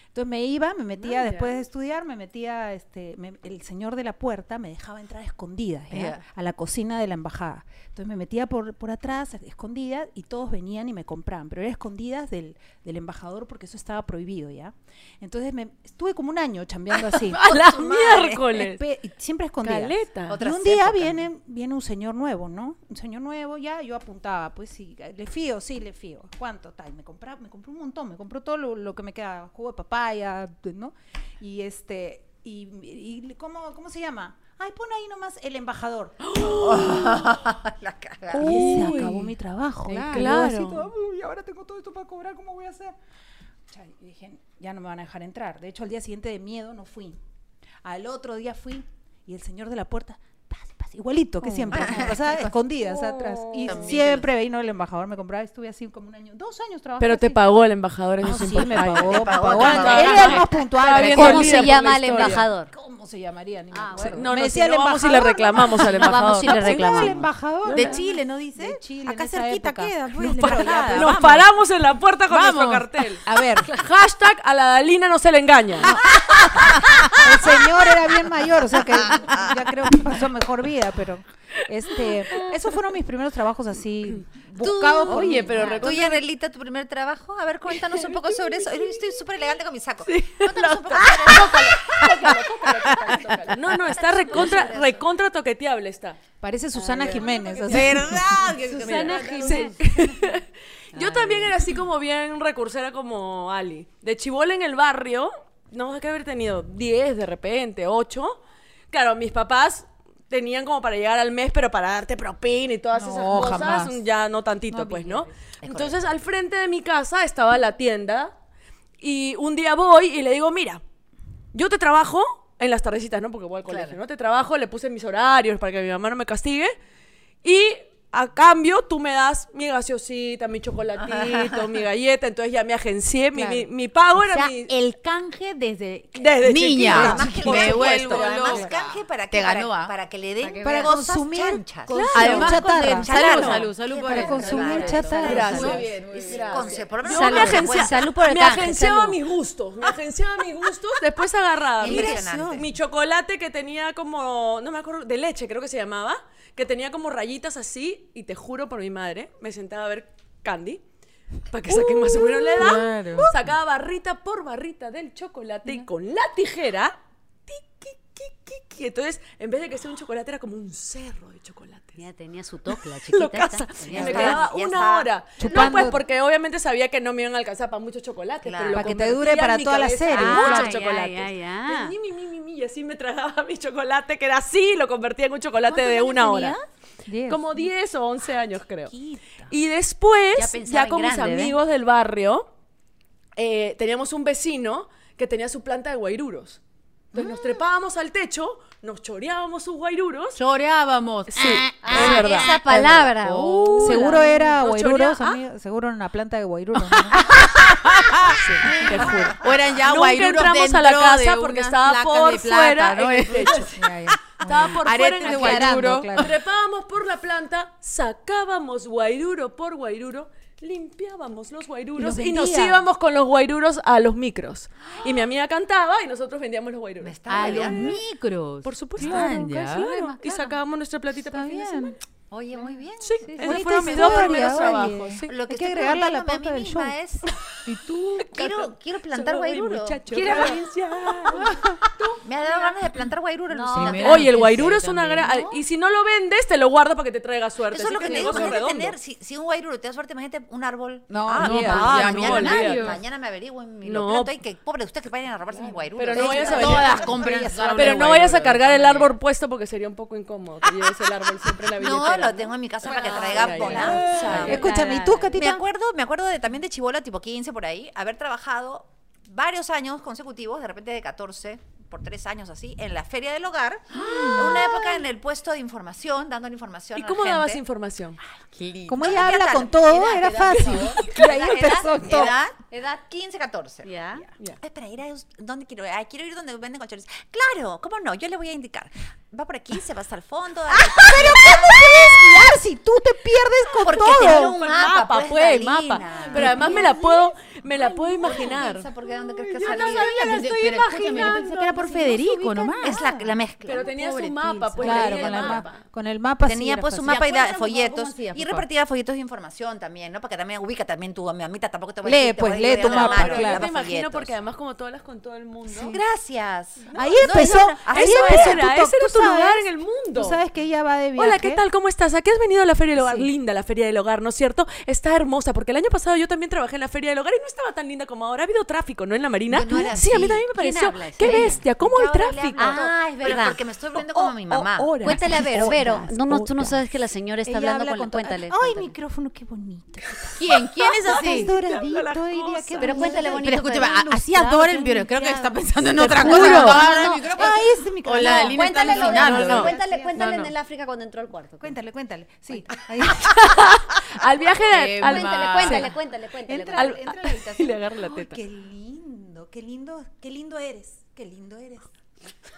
S3: Entonces me iba, me metía después de estudiar, me metía, este, me- el señor de la puerta me dejaba entrar escondida
S2: Ya.
S3: a la cocina de la embajada. Entonces me metía por, por atrás, escondida, y todos venían y me compraban, pero era escondidas del, del embajador porque eso estaba prohibido, ¿ya? Entonces me, estuve como un año chambeando así.
S4: ¡A las
S2: Madre.
S4: miércoles!
S3: Pe- y siempre escondida.
S4: Caleta.
S2: Otras
S3: y un día
S2: épocas,
S3: viene, viene un señor nuevo, ¿no? Un señor nuevo, ya yo apuntaba, pues sí, le fío, sí, le fío. ¿Cuánto? Tal, me compró, me compró un montón, me compró todo lo, lo que me quedaba, jugo de papaya, ¿no? Y este, y, y ¿cómo, ¿cómo se llama? Ay, pon ahí nomás el embajador.
S2: La cara.
S3: Y ahí
S4: Uy.
S3: se acabó mi trabajo.
S4: Sí,
S3: Y yo
S4: claro.
S3: así toda, "Uy, ahora tengo todo esto para cobrar, ¿cómo voy a hacer? Pucha, y dije, ya no me van a dejar entrar. De hecho, al día siguiente de miedo no fui. Al otro día fui y el señor de la puerta, pase, pase, igualito que siempre, o sea, escondidas atrás. Y
S6: También
S3: siempre vino el embajador, me compraba, estuve así como un año, dos años trabajando.
S4: Pero te
S3: así.
S4: pagó el embajador, eso
S3: Ah,
S4: es
S3: sí,
S4: importante.
S3: me pagó, me
S2: pagó,
S3: pagó.
S2: te pagó.
S3: Él era el más puntual.
S4: Estaba bien
S5: ¿Cómo
S4: dolida
S5: se
S4: por la
S5: llama el
S4: historia.
S5: embajador?
S3: ¿Cómo se llamaría? Ni me
S5: Ah,
S3: acuerdo.
S4: No,
S3: Me
S4: no,
S3: decía
S4: si no
S3: el
S4: vamos y le
S3: embajador,
S4: reclamamos al
S5: No,
S4: embajador.
S5: vamos y le
S4: No, pues,
S5: reclamamos.
S3: El embajador.
S6: De Chile, ¿no dice?
S3: De Chile,
S6: Acá
S3: en esa
S6: cerquita
S3: época.
S6: queda, pues.
S3: Nos
S6: la
S3: pa-
S6: embajada.
S3: ya, pero
S4: Nos paramos en la puerta con nuestro
S6: Vamos.
S4: cartel.
S3: A ver,
S4: Hashtag a la Dalina no se le engaña.
S3: el señor era bien mayor, o sea que ya creo que pasó mejor vida, pero este, esos fueron mis primeros trabajos así buscados por
S4: Oye,
S3: mí.
S4: pero
S2: Tú y Arelita, tu primer trabajo. A ver, cuéntanos un poco sobre eso. Hoy Estoy súper elegante con mi saco. Cuéntanos un poco sobre eso.
S4: No, no, está recontra, recontra toqueteable está.
S3: parece Susana Jiménez, así.
S6: ¿Verdad? Que- que-
S4: Susana Jiménez. Yo también era así como bien recursera como Ali. De chibola en el barrio, no sé que haber tenido 10 de repente, 8. Claro, mis papás tenían como para llegar al mes, pero para darte propina y todas
S3: No,
S4: esas cosas,
S3: jamás.
S4: ya no tantito, pues, ¿no? Entonces, al frente de mi casa estaba la tienda y un día voy y le digo, mira, yo te trabajo en las tardecitas, ¿no? Porque voy al colegio, ¿no? Te trabajo, le puse mis horarios para que mi mamá no me castigue. Y a cambio, tú me das mi gaseosita, mi chocolatito, mi galleta. Entonces ya me agencié. Mi, mi, mi pago era
S5: O sea,
S4: mi.
S5: el canje desde...
S4: Desde
S6: eh, Niña.
S4: chiquita.
S2: Además que
S6: Me
S2: me
S6: vuelvo
S2: vuelvo Además,
S6: loca.
S2: canje para que,
S6: Te ganó,
S2: para,
S6: ¿ah?
S2: para que le den
S3: Para
S2: cosas
S3: consumir
S2: chanchas.
S3: con-
S6: Además,
S3: Chatarra.
S6: con- Salud,
S2: Chatarra.
S6: salud, salud por
S3: Para
S6: eso.
S3: consumir chatarra.
S4: Gracias.
S6: Muy bien, muy
S2: Es
S6: bien.
S2: conce- por lo menos
S4: Yo me
S5: Salud.
S2: conce-
S4: agencia-
S5: Salud por el
S4: Ah, me
S5: canje,
S4: agenciaba
S5: salud. Ah.
S4: mis gustos, me agenciaba mis gustos, después agarraba mi-
S2: Impresionante.
S4: mi chocolate que tenía como, no me acuerdo, de leche creo que se llamaba, que tenía como rayitas así, y te juro por mi madre, me sentaba a ver Candy, para que saquen más o menos la edad. Uh.
S7: Claro.
S4: Sacaba barrita por barrita del chocolate y con la tijera. tiqui, qui, qui, qui. Entonces, en vez de que sea un chocolate, era como un cerro de chocolate.
S5: Ya tenía su toque, la chiquita.
S4: Lo casa.
S5: esta.
S4: Y
S5: Ya
S4: me
S5: está.
S4: quedaba
S2: ya
S4: una
S2: está.
S4: hora. No,
S3: Chupando.
S4: pues porque obviamente sabía que no me iban a alcanzar para mucho chocolate.
S2: Claro.
S4: pero lo
S3: Para que te
S4: convertía
S3: dure para
S4: en mi
S3: toda la
S4: cabeza
S3: serie.
S4: en
S5: Ah,
S4: muchos
S5: ya,
S4: chocolates.
S5: ya,
S1: Ah.
S5: ya.
S4: Y, mi, mi, mi, mi, y así me tragaba mi chocolate, que era así, lo convertía en un chocolate de una hora.
S3: Diez.
S4: Como 10 o 11 años, creo. Y después,
S5: Ya
S4: ya,
S5: pensaba en
S4: con mis
S5: grande, ¿ven?
S4: amigos del barrio, eh, teníamos un vecino que tenía su planta de guairuros. Entonces nos trepábamos al techo, nos choreábamos sus guairuros.
S6: Llorábamos.
S4: Sí,
S5: Ah,
S4: es verdad.
S5: esa palabra. Uh,
S3: Seguro era
S4: ¿No
S3: guairuros,
S4: chorea?
S3: amigo, seguro era una planta de guairuros. ¿no?
S4: te juro.
S6: O eran ya
S4: Nunca
S6: guairuros
S4: entramos a la
S6: dentro de
S4: casa porque
S6: unas
S4: estaba
S6: placas
S4: por
S6: de plata,
S4: fuera
S6: ¿no?
S4: en el techo.
S3: Ya, ya.
S4: Estaba por fuera
S6: Aretes
S4: en
S6: de
S4: aquel-
S6: guairuro.
S3: Claro.
S4: Trepábamos por la planta, sacábamos guairuro por guairuro, limpiábamos los guairuros
S3: los
S4: y, nos
S3: vendía.
S4: íbamos con los guairuros a los micros. Y mi amiga cantaba y nosotros vendíamos los guairuros.
S6: A los micros.
S4: Por supuesto.
S6: Ah,
S4: claro,
S6: ya.
S4: claro. Y sacábamos nuestra platita para el fin de semana.
S2: Oye, muy bien.
S4: Sí, esos
S3: Bonita
S4: fueron mis dos
S3: historia,
S4: primeros
S3: oye.
S4: trabajos. sí.
S2: Lo que
S3: Hay que
S2: estoy
S3: agregarla a la
S2: preguntándome
S3: pauta
S2: mí
S3: del show.
S2: misma es,
S4: ¿Y tú?
S2: quiero, quiero plantar
S4: Solo voy,
S2: guairuro.
S4: muchacho,
S2: Quiero-
S4: cabecear.
S2: Me ha dado ganas de plantar guairuro. Lucila.
S6: me-
S4: Oye, el
S6: Sí,
S4: guairuro es una
S6: también,
S4: gran... Y si no lo vendes, te lo guardo para que te traiga suerte.
S2: Eso es
S4: Así
S2: lo que
S4: que
S2: te digo,
S4: negocio
S2: imagínate
S4: redondo.
S2: tener, si, si un guairuro te da suerte, imagínate un árbol.
S7: No,
S2: Ah,
S7: no,
S2: mira,
S7: pa-
S4: ya,
S2: mañana,
S4: no,
S2: nadie,
S4: olvídate.
S2: mañana me averigüen y
S4: No.
S2: lo planto ahí, que pobre ustedes que vayan a robarse mis guairuros.
S4: Pero no
S2: Sí,
S4: vayas a
S2: todas
S4: venir.
S2: compran
S6: Pero
S2: sus árboles
S4: Pero no
S2: de
S4: vayas a
S2: guairuro.
S4: cargar el árbol puesto porque sería un poco incómodo que lleves el árbol siempre en la billetera.
S2: No, lo tengo en mi casa para que traiga
S4: Ay, ay, ay.
S2: bonanza.
S3: Escúchame, ¿y tú,
S2: Me
S3: Catita?
S2: acuerdo, me acuerdo de, también de Chibola, tipo 15 por ahí, haber trabajado varios años consecutivos, de repente de 14 por tres años así, en la feria del hogar, en una época en el puesto de información, dando información.
S4: ¿Y
S2: a la
S4: cómo dabas
S2: gente.
S4: información?
S3: Como
S2: No,
S3: ella
S2: ya
S3: habla
S2: tal.
S3: con todo,
S2: Edad,
S3: era
S2: edad,
S3: fácil. Y ahí
S2: Edad,
S3: empezó
S2: edad,
S3: todo.
S2: edad, edad 15, 14.
S5: Ya.
S4: Ya.
S2: Ay, espera, ir a us- ¿dónde quiero ir? Ay, quiero ir donde venden colchones. Claro, ¿cómo no? Yo le voy a indicar. Va por aquí, se va hasta el fondo. dale,
S3: Pero ¿cómo puedes guiar ah, si tú te pierdes con
S2: Porque
S3: todo?
S2: te dieron un
S4: Con
S2: mapa, pues,
S4: pues,
S2: Dalina.
S4: mapa. Pero además me la puedo, me la puedo imaginar.
S2: piensa por qué, dónde crees que
S6: Yo
S2: salí.
S6: no sabía, la estoy pero, imaginando. Yo pensé que era por Federico nomás.
S2: Es la, la mezcla.
S4: Pero tenía su
S6: Pobre
S4: mapa,
S6: tiza.
S4: pues.
S3: claro,
S4: leía
S3: con,
S4: el
S3: la
S4: mapa.
S3: ma- con el mapa
S2: Tenía
S3: sí
S2: pues
S3: era
S2: un
S3: fácil.
S2: mapa y da-
S6: Cuéntanos, ¿cómo-
S2: folletos.
S6: cómo hacías,
S2: y
S6: por favor?
S2: repartía folletos de información también, ¿no? Porque también ubica también tu a mamita, tampoco te voy a
S3: Lee,
S2: decir, te
S3: pues,
S2: voy a
S3: lee
S2: ir
S3: tu
S2: de la
S3: mapa,
S2: mano,
S3: claro.
S2: daba
S4: Yo me imagino
S2: folletos.
S4: porque además como tú hablas con todo el mundo.
S2: Gracias.
S3: Ahí
S2: No,
S3: empezó,
S2: no, no,
S3: ahí
S2: así
S4: eso
S3: empezó
S4: era,
S3: tu to-
S4: ese era
S3: tú
S4: tu lugar
S3: sabes-
S4: en el mundo.
S3: Tú sabes que ella va de viaje.
S4: Hola, ¿qué tal? ¿Cómo estás? Aquí has venido a la Feria del Hogar. Linda la Feria del Hogar, ¿no es cierto? Está hermosa, porque el año pasado yo también trabajé en la Feria del Hogar y no estaba tan linda como ahora. Ha habido tráfico, ¿no? En la Marina.
S2: Yo no era
S4: sí, a mí
S2: así.
S4: también me
S5: ¿Quién
S4: pareció.
S5: habla?
S4: ¡Qué
S5: Sí.
S4: bestia! ¿Cómo el
S2: Ahora le hablo.
S4: tráfico?
S5: Ah, es
S2: Pero
S5: verdad.
S2: porque me estoy volviendo como mi mamá.
S4: horas.
S5: Cuéntale a Vero, Vero.
S4: Horas,
S5: No, no, tú no
S4: horas.
S5: sabes que la señora está
S3: Ella
S5: hablando
S3: habla
S5: con,
S3: con
S5: la
S3: to-
S5: Cuéntale.
S3: Ay,
S5: cuéntale.
S3: micrófono, qué bonito.
S6: ¿Quién? ¿Quién es
S3: Es
S6: así?
S3: doradito, diría que
S5: Pero cuéntale bonito.
S6: Pero escúchame, ah,
S5: pero bien
S6: así adora el micrófono. Creo que está pensando en otra cosa.
S3: juro.
S6: cuando habla del micrófono.
S3: Ah, ese micrófono.
S6: O la
S3: No,
S6: Dalina está
S5: Cuéntale, lo de-
S6: alucinando.
S5: cuéntale,
S6: ¿no?
S5: cuéntale, cuéntale
S6: No, no.
S5: en el África cuando entró al cuarto. Cuéntale,
S3: Cuéntale, cuéntale. Sí. ahí.
S4: Ah, Al viaje de.
S6: Qué
S4: al-
S6: mal.
S5: cuéntale, cuéntale, cuéntale.
S3: Entra,
S5: cuéntale.
S4: Al-
S3: entra a la habitación.
S4: le agarra la
S3: Ay,
S4: teta.
S3: qué lindo, qué lindo, qué lindo eres. Qué lindo eres.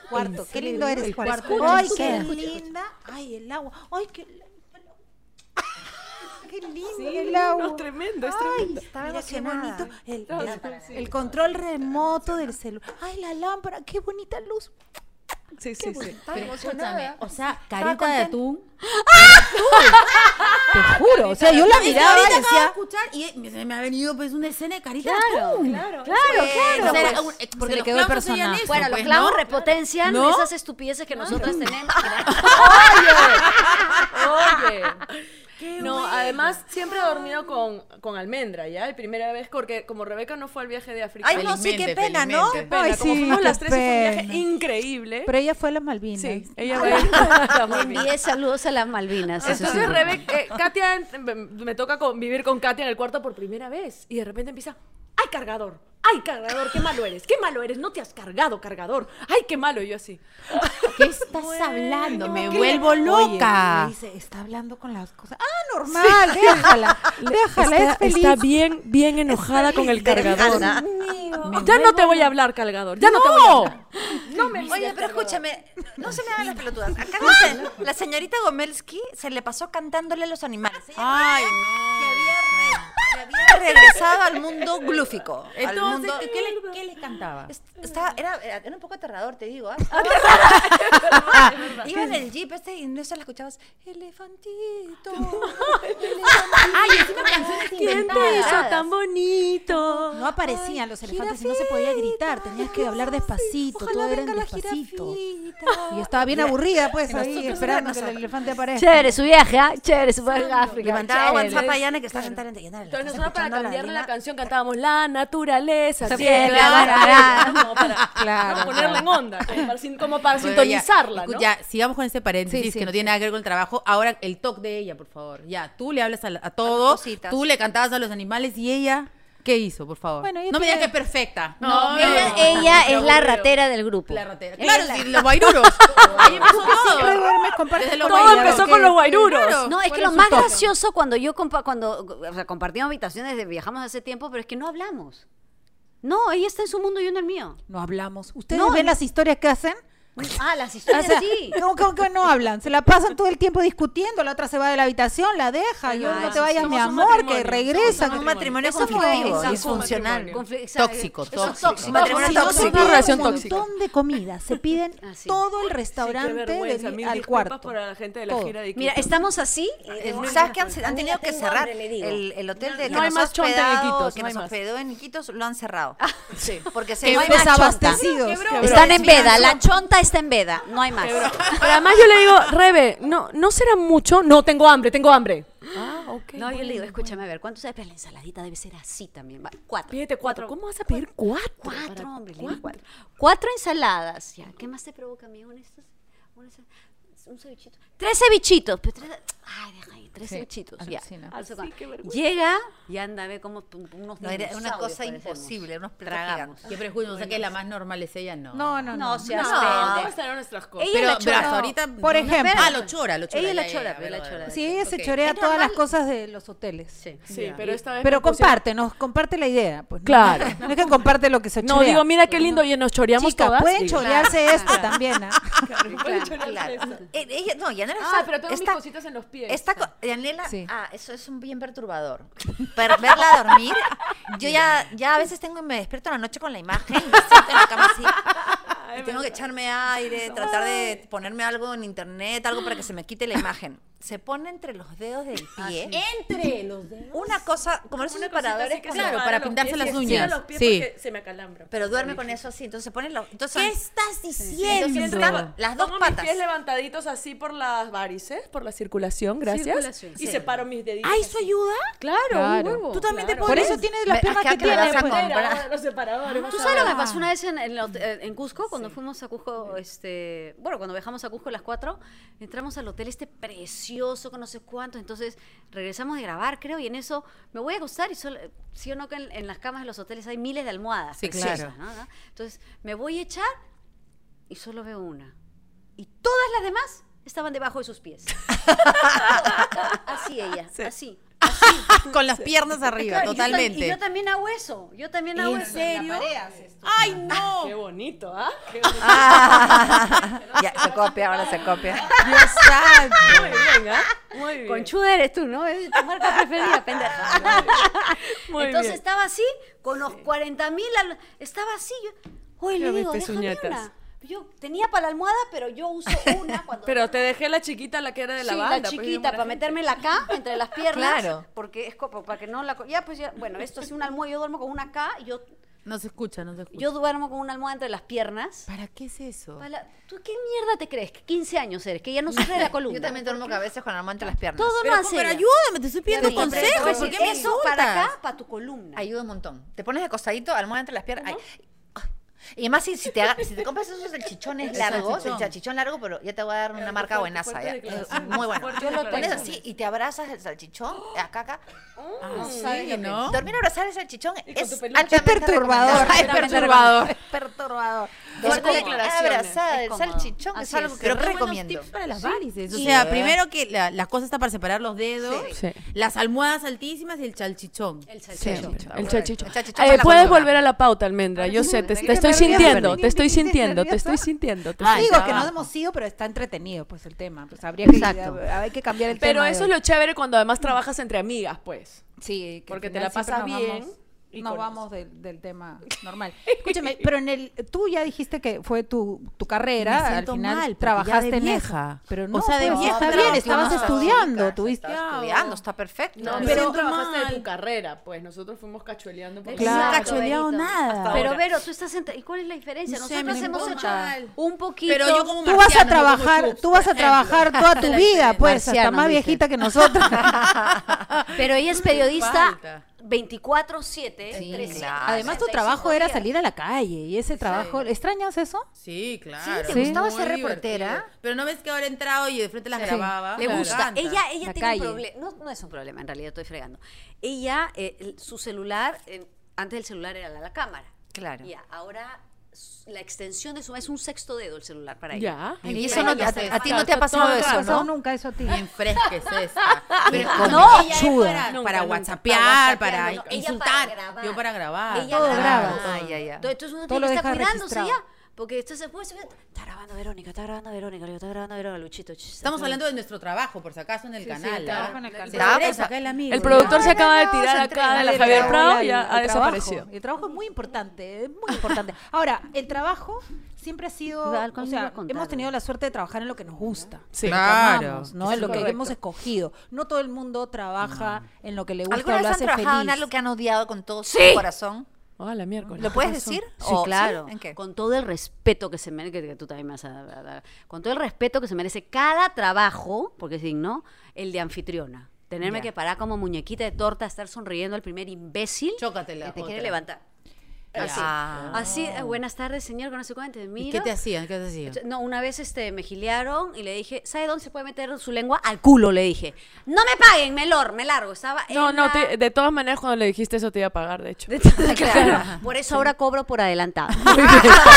S3: Cuarto, qué lindo eres. cuarto. Ay, qué linda. Ay, el agua. Ay, qué Qué lindo el agua.
S4: No, tremendo, es
S3: Ay,
S4: tremendo.
S3: estaba emocionada. bonito. El, el-
S4: sí,
S3: el control remoto del celular. Ay, la lámpara, qué bonita luz.
S4: Sí, sí, sí.
S6: Pero escúchame, o sea, carita de atún.
S3: Te juro. O sea, yo la miraba y
S6: ahorita acabo de
S3: decía.
S6: escuchar y me- se me ha venido pues una escena de carita de
S5: Claro,
S6: atún.
S5: claro,
S6: O sea,
S5: claro.
S6: era un- eh, porque
S3: le
S6: los
S3: quedó el
S6: clavos hacían
S3: personaje.
S6: eso,
S5: Bueno, los
S6: pues,
S5: clavos
S6: ¿no?
S5: repotencian
S6: ¿No?
S5: esas estupideces que nosotras tenemos.
S4: Oye. no, además siempre he dormido con, con almendra, ¿ya? La primera vez, porque como Rebeca no fue al viaje de África.
S2: Ay, no, sí, qué
S6: Felizmente,
S2: pena, ¿no?
S6: felizmente.
S4: Pena,
S3: Ay,
S4: como
S3: sí,
S4: fuimos
S3: qué
S4: las tres y fue un
S3: pena.
S4: viaje increíble.
S3: Pero ella fue a las Malvinas.
S4: Sí, ella va a ir a la Malvinas.
S5: Envié saludos a las Malvinas. eso sí.
S4: Entonces, Rebeca, eh, Katia, en- me- me toca convivir con Katia en el cuarto por primera vez. Y de repente empieza, ¡ay, cargador! ¡Ay, cargador! ¡Qué malo eres! ¡Qué malo eres! ¡No te has cargado, cargador! ¡Ay, qué malo! Y yo así.
S6: ¿Qué estás hablando? Me
S4: ¿qué?
S6: vuelvo
S3: Oye,
S6: loca.
S3: me dice, está hablando con las cosas. Ah, normal, déjala. Déjala, es feliz.
S4: bien, bien enojada con el
S2: Déjala.
S4: Ya no te voy a hablar, cargador. Ya no, te voy a hablar. No me
S2: Oye, pero escúchame, no se me hagan las pelotudas. Acá dice, la señorita Gomelsky se le pasó cantándole a los animales. Ella
S6: Ay,
S2: que había, re- que había regresado al mundo glúfico. al
S6: Entonces,
S2: mundo-
S6: ¿qué, qué le, qué le cantaba?
S2: Es- Estaba, era, era- era un poco aterrador, te digo. ¿ah? Iba en el jeep este y no se la escuchabas. Elefantito.
S6: Ay, encima canciones
S4: ¿Quién te hizo tan bonito?
S3: No aparecían los elefantes y no se podía gritar, tenías que hablar despacito, todo era en despacito. Y yo estaba bien aburrida, pues, ahí esperando que el elefante aparezca.
S5: Chévere su viaje, ¿ah? chévere su viaje a África.
S2: Levantaba
S5: chévere.
S2: WhatsApp a Yana que está sentada en Yana.
S4: Entonces nosotros para cambiarle la canción cantábamos La naturaleza
S5: Se
S4: siempre
S5: pierde,
S4: avanza".
S5: claro.
S4: Como para, para ponerla en onda, como para, sin- como para
S6: Bueno, ya,
S4: sintonizarla,
S6: escu-
S4: ¿no?
S6: Ya, sigamos con este paréntesis
S3: Sí, sí,
S6: que no tiene nada que ver con el trabajo. Ahora, el talk de ella, por favor. Ya, tú le hablas a, la- a todo,
S2: cositas.
S6: tú le cantabas a los animales y ella, ¿qué hizo, por favor?
S3: Bueno, ella
S6: no me digas que
S3: tiene-
S6: es perfecta.
S4: No,
S5: Ella, ella es la ratera del grupo.
S6: La ratera. Claro, sí, los guairuros. Ahí empezó
S3: Siempre
S6: todo.
S3: duermes, compartes
S6: Desde
S3: con
S6: los
S4: Todo
S3: ella,
S4: empezó
S3: porque-
S4: con los guairuros.
S5: No, es que
S6: ¿Cuál
S5: lo
S6: su
S5: más
S6: top?
S5: gracioso cuando yo compa- cuando o sea, compartimos habitaciones, de- viajamos hace tiempo, pero es que no hablamos. No, ella está en su mundo y yo en el mío.
S3: No hablamos. ¿Ustedes
S5: No,
S3: ven
S5: no.
S3: las historias que hacen?
S5: Ah, las
S3: O
S5: historias
S3: sea,
S5: sí.
S3: ¿cómo- cómo que no hablan? Se la pasan todo el tiempo discutiendo, la otra se va de la habitación, la deja, yo
S5: Ay,
S3: no
S5: sí,
S3: te vayas,
S4: somos
S3: mi
S4: un
S3: amor, que
S4: matrimonio,
S3: regresa.
S2: Un
S3: que-
S2: matrimonio
S3: Eso fue-
S2: conflictivo,
S3: Exacto.
S2: disfuncional.
S5: Confl- exacto.
S6: Tóxico,
S5: Eso es
S6: tóxico.
S5: tóxico.
S2: Matrimonio
S5: Tóxico.
S2: tóxico.
S3: Se
S4: Una
S3: piden
S4: relación
S3: un montón de comida, se piden
S5: Ah, sí.
S3: todo el
S4: Sí, qué
S3: restaurante
S4: vergüenza,
S3: del-
S4: mil
S3: al
S4: disculpas
S3: cuarto.
S4: para la gente de la
S3: Todo.
S4: gira de Iquitos.
S5: Mira, estamos así. y
S2: Eh,
S5: tenemos-
S2: ¿Sabes que han, han
S5: Amiga,
S2: tenido que
S5: tengo
S2: cerrar?
S5: hambre, le digo.
S2: el, el hotel de, que
S4: Ah, no hay
S2: nos ha
S4: más chonta en
S2: hospedado-
S4: Iquitos,
S2: que
S4: no hay
S2: nos
S4: más. Ah,
S2: hospedó en Iquitos, lo han cerrado.
S4: Sí.
S2: Porque se
S6: Qué
S2: no hay más chonta.
S3: Desabastecidos.
S5: Están en veda, la chonta está en veda, no hay más.
S4: Pero además yo le digo, Rebe, no, ¿no será mucho? No, tengo hambre, tengo hambre. Ah, ok.
S5: No, yo le digo, escúchame a ver, ¿cuánto sabes? Pero la ensaladita debe ser así también. va, Cuatro.
S4: Pídete cuatro. ¿Cómo vas a pedir cuatro?
S5: Cuatro,
S4: Para-
S5: hombre, le digo cuatro. Cuatro ensaladas. Ya, ¿qué más te provoca a mí? Un, estas- un esa- un cevichito. Tres cevichitos. pero tres- ay, deja ahí, tres cevichitos. Ya.
S6: alucina.
S5: Eso
S4: Así,
S5: cuando-
S4: qué vergüenza.
S5: Llega y anda a ver como p- unos
S2: No, era una
S5: dinosaurios
S2: cosa
S5: parecemos.
S2: imposible, unos
S5: Tragamos.
S2: tragamos.
S6: Siempre justo, o sea que la más normal es ella, no.
S3: No, no, no.
S5: No, seas
S4: No,
S5: pendeja.
S4: ¿cómo estarán nuestras cosas?
S5: Ella
S6: Pero,
S5: la chora.
S6: brazo, ahorita.
S3: Por ejemplo.
S6: Ah, lo chora, lo chora.
S5: Ella la
S6: ya,
S5: chora,
S6: ya,
S5: pero
S6: ya,
S5: la
S6: ya,
S5: chora.
S6: ya.
S3: Sí, ella se
S6: Ok.
S3: chorea
S5: Es
S3: todas las
S5: normal.
S3: cosas de los hoteles.
S5: Sí.
S4: Sí, pero esta vez
S3: Pero
S4: me pusieron-
S3: comparte, nos comparte la idea. Pues, ¿no?
S4: Claro.
S3: No, es que comparte lo que se chorea.
S4: No, digo, mira qué lindo, y nos choreamos
S3: Chica,
S4: todas.
S3: pueden
S4: Digo,
S3: chorearse esto también. ¿ah?
S4: pueden chorearse
S2: Claro.
S4: eso.
S2: Eh, ella- no, Yanela
S4: Ah,
S2: está-
S4: pero tengo mis
S2: está-
S4: cositas en los pies.
S2: Está co- Yanela,
S3: Sí.
S2: ah, eso es un bien perturbador. Pero verla dormir, yo ya, ya a veces tengo, me despierto en la noche con la imagen y me siento en la cama así. Y tengo que echarme aire, tratar de ponerme algo en internet, algo para que se me quite la imagen. Se pone entre los dedos del pie.
S6: Entre los dedos.
S2: Una cosa, como esos separadores, con-
S6: Claro, para pintarse las uñas. Sí.
S4: Sí. Se me acalambra.
S2: pero duerme con eso así, entonces se pone los... Entonces,
S6: ¿Qué estás
S2: entonces
S6: diciendo?
S2: están las dos
S4: Pongo mis
S2: patas.
S4: pies levantaditos así por las varices, por la circulación, gracias.
S5: Circulación,
S4: y separo mis deditos.
S6: ¿Ah, eso ayuda?
S4: Claro,
S3: Claro.
S6: Tú también te
S3: Por
S6: pones-
S3: eso tiene
S2: Me-
S3: las piernas
S2: acá
S3: que
S2: que me
S3: tiene.
S2: vas a
S3: pues.
S2: comprar.
S4: Era los separadores.
S5: ¿Tú
S4: vas a
S5: sabes lo que
S4: ver.
S5: me
S6: Ah.
S5: pasó una vez en, en la hot- eh, en Cusco? Cuando fuimos a Cusco, este, bueno, cuando viajamos a Cusco a las 4, entramos al hotel este precioso, con no sé cuánto, entonces regresamos de grabar, creo, y en eso me voy a acostar y solo, sí o no que en, en las camas de los hoteles hay miles de almohadas.
S6: Sí,
S5: preciosas, ¿no? ¿no? Entonces me voy a echar y solo veo una. Y todas las demás estaban debajo de sus pies. así ella, así.
S6: Con las piernas arriba,
S5: Claro, y yo tam-
S6: totalmente.
S5: Y yo también hago eso, yo también hago eso.
S6: ¡Ay, no!
S4: Qué bonito, ¿ah? Qué
S2: ya, se copia, ahora se copia.
S6: Dios santo.
S4: bien, ¿ah? Muy bien.
S5: Conchuda eres tú, ¿no? Es tu marca preferida, pendeja.
S4: Muy
S5: Entonces
S4: bien.
S5: estaba así, con los 40 mil, estaba así. Yo, Oye,
S4: Ya
S5: le digo,
S4: viste,
S5: déjame
S4: uñatas.
S5: una. Yo tenía para la almohada, pero yo uso una cuando...
S4: Pero te dejé la chiquita, la que era de la
S5: sí,
S4: banda.
S5: la
S4: pues, bien
S5: chiquita,
S4: buena
S5: para
S4: gente.
S5: metérmela acá, entre las piernas.
S2: Claro.
S5: Porque es como para que no la... co- Ya, pues ya, bueno, esto es una almohada, yo duermo con una acá, yo,
S6: No se escucha, no se escucha.
S5: yo duermo con una almohada entre las piernas.
S6: ¿Para qué es eso?
S5: Para la- ¿Tú qué mierda te crees? Que 15 años eres, que ya no sufre de la columna.
S2: Yo también duermo a veces con la mano entre las piernas.
S5: Todo
S6: Pero,
S5: lo hace ella.
S6: pero ayúdame, te estoy pidiendo
S5: Sí, te voy a
S6: consejos. ¿Por
S5: decir,
S6: qué me
S5: Eso para
S6: insultas?
S5: acá, para tu columna.
S2: Ayuda un montón. Te pones de costadito, almohada entre las piernas. ay. Y además, si, si te, haga- si te compras esos chichones largos, el
S6: salchichón.
S2: salchichón largo, pero ya te voy a dar una marca buenaza. ya. Muy buena.
S4: Yo lo
S2: Pones
S4: tengo.
S2: así y te abrazas el salchichón, acá, acá.
S6: Sí, ¿no?
S2: Dormir abrazar el salchichón es,
S4: tu peluche.
S2: altamente
S3: Es perturbador.
S2: recomendado.
S3: Es
S2: Altamente
S6: perturbador.
S2: recomendado.
S3: Perturbador.
S4: Fuertes
S2: Dormir
S4: declaraciones.
S2: abrazada
S5: Es
S2: el
S5: cómodo.
S2: salchichón es
S5: Así
S2: algo
S5: es.
S2: que
S6: qué buenos
S2: recomiendo.
S6: tips para las varices. O
S2: Sí.
S6: sea,
S2: Sí.
S6: primero que la, la cosa está para separar los dedos,
S4: Sí.
S6: las almohadas altísimas y el chalchichón.
S5: El salchichón.
S4: Siempre, El chachicho.
S2: El chachicho para la
S4: puedes
S2: columna.
S4: volver a la pauta, Almendra. Yo sé, te, te
S3: que
S4: estoy
S3: me olvidé,
S4: sintiendo,
S3: perdí.
S4: te estoy
S3: ¿Viste?
S4: sintiendo, te estoy
S3: ¿Nerviosa?
S4: sintiendo. te
S6: Ay,
S4: estoy
S3: Digo que
S6: trabajo.
S3: no hemos ido, pero está entretenido pues el tema. Pues habría que,
S5: Exacto.
S3: hay que cambiar el
S4: Pero
S3: tema.
S4: eso
S3: de
S4: es
S3: hoy.
S4: lo chévere cuando además trabajas entre amigas, pues.
S2: Sí, que-
S4: Porque
S3: al
S4: te
S3: final
S4: la
S3: siempre
S4: pasas
S3: nos
S4: bien.
S3: vamos-
S4: y
S3: nos
S4: conoces.
S3: vamos del, del tema normal. Escúchame, pero en el tú ya dijiste que fue tu, tu carrera,
S6: Me
S3: al
S6: siento
S3: final
S6: mal, porque
S3: trabajaste
S6: ya de
S3: en eso.
S6: vieja.
S3: Pero
S6: O
S3: no,
S6: sea, de
S3: pues,
S6: vieja,
S3: está
S6: claro,
S3: bien,
S6: claro.
S3: estabas
S6: Estaba
S3: estudiando,
S2: chica,
S3: tuviste
S2: Estaba estudiando, está perfecto.
S4: No, pero
S6: Me
S4: tú
S6: siento
S4: trabajaste de tu
S6: mal.
S4: carrera, pues nosotros fuimos cachueleando por
S6: Claro.
S4: la-
S6: No cachueleado
S5: Benito.
S6: nada.
S5: Pero
S4: Ahora.
S5: Vero, tú estás en... ¿Y cuál es la diferencia?
S6: No sé,
S5: Nosotros
S6: me
S5: hemos hecho
S6: importa.
S5: un poquito...
S6: Pero yo como
S3: Tú vas a
S6: marciano, no como
S3: trabajar,
S6: Chups,
S3: tú vas a
S6: por ejemplo.
S3: trabajar toda tu vida,
S6: La diferencia.
S3: pues, hasta
S5: Marciano,
S3: más
S5: dice.
S3: viejita que nosotros.
S5: Pero ella es periodista
S6: falta.
S5: 24-7.
S2: Sí,
S5: 300.
S2: claro.
S3: Además, tu trabajo era salir a la calle y ese trabajo, ¿extrañas eso?
S6: Sí, claro.
S2: ¿te
S3: Sí.
S2: gustaba ser
S6: Muy
S2: reportera?
S6: divertido. Pero no ves que ahora he entrado y de frente las grababa.
S5: Le
S6: Me
S5: gusta.
S6: encanta.
S5: Ella, ella
S3: La
S5: tiene
S3: calle.
S5: un problema. No, no es un problema, en realidad estoy fregando. Ella, eh, el- su celular, eh, antes del celular era la, la cámara.
S2: Claro.
S5: Ya, ahora s- la extensión de su es un sexto dedo el celular para ella.
S4: Ya.
S5: Y
S2: Y
S5: ella
S2: eso no,
S5: ya
S2: a,
S5: está
S2: a ti no te ha pasado eso,
S3: pasado
S2: ¿no?
S3: nunca eso a ti.
S6: Bien fresca es esta. Pero
S3: No,
S6: ella es
S3: chuda.
S6: Para,
S4: Nunca,
S6: para
S4: nunca.
S6: whatsapear, para,
S5: Para whatsappear, no, ella
S6: insultar.
S5: para grabar.
S6: Yo para grabar.
S5: Ella
S3: Todo graba.
S2: Ah, ya, ya.
S5: Entonces
S3: Todo
S5: uno tiene que
S3: lo
S5: estar
S3: deja
S5: cuidándose
S3: registrado.
S5: ya. Porque esto se puede. se puede- Está grabando Verónica, está grabando Verónica, está grabando Verónica, Luchito. ch,
S6: Estamos
S5: está-
S6: hablando de nuestro trabajo, por si acaso, en el canal. ¿ah?
S3: trabajo en el canal.
S6: Se
S2: Estaba
S6: regresa
S2: pensando-
S6: acá el amigo.
S4: El productor
S6: ¿no?
S4: se acaba de tirar
S2: se
S4: acá de
S2: entrena,
S4: la
S2: le
S4: Javier
S2: grabó
S4: Prado
S3: El-
S4: y ya ha
S3: el trabajo.
S4: desaparecido.
S3: El trabajo es muy importante, es muy importante. Ahora, el trabajo siempre ha sido,
S5: Iba, algo
S3: o
S5: iba
S3: sea,
S5: a contar.
S3: hemos tenido la suerte de trabajar en lo que nos gusta.
S4: Sí.
S3: en lo que
S6: Claro.
S3: amamos, ¿no?
S4: Eso
S3: En lo
S4: es
S3: que
S4: correcto.
S3: hemos escogido. No todo el mundo trabaja en lo que le gusta
S2: ¿Alguna
S3: o
S2: vez
S3: lo
S2: han
S3: hace
S2: trabajado
S3: feliz.
S2: en algo que han odiado con todo su corazón?
S4: Hola, miércoles.
S2: ¿Lo puedes decir?
S5: Sí,
S2: ¿O-
S5: claro.
S2: Oh, ¿En qué?
S5: Con todo el respeto que se merece, que, que tú también me vas a a dar, con todo el respeto que se merece cada trabajo, porque es digno, el de anfitriona. Tenerme que parar como muñequita de torta, estar sonriendo al primer imbécil
S6: Chócatela,
S5: que te
S6: otra.
S5: quiere levantar. Así,
S2: Ah.
S5: así eh, buenas tardes, señor, que no sé cuánto, te
S6: ¿Y
S5: miro.
S6: ¿Qué te hacían? ¿Qué te hacían?
S5: No, una vez este, me giliaron y le dije, ¿sabe dónde se puede meter su lengua? Al culo, le dije. No me paguen, me lor, me largo. Estaba en
S4: No, no,
S5: la-
S4: te- de todas maneras cuando le dijiste eso te iba a pagar, de hecho.
S5: Claro, por eso ahora cobro por adelantado.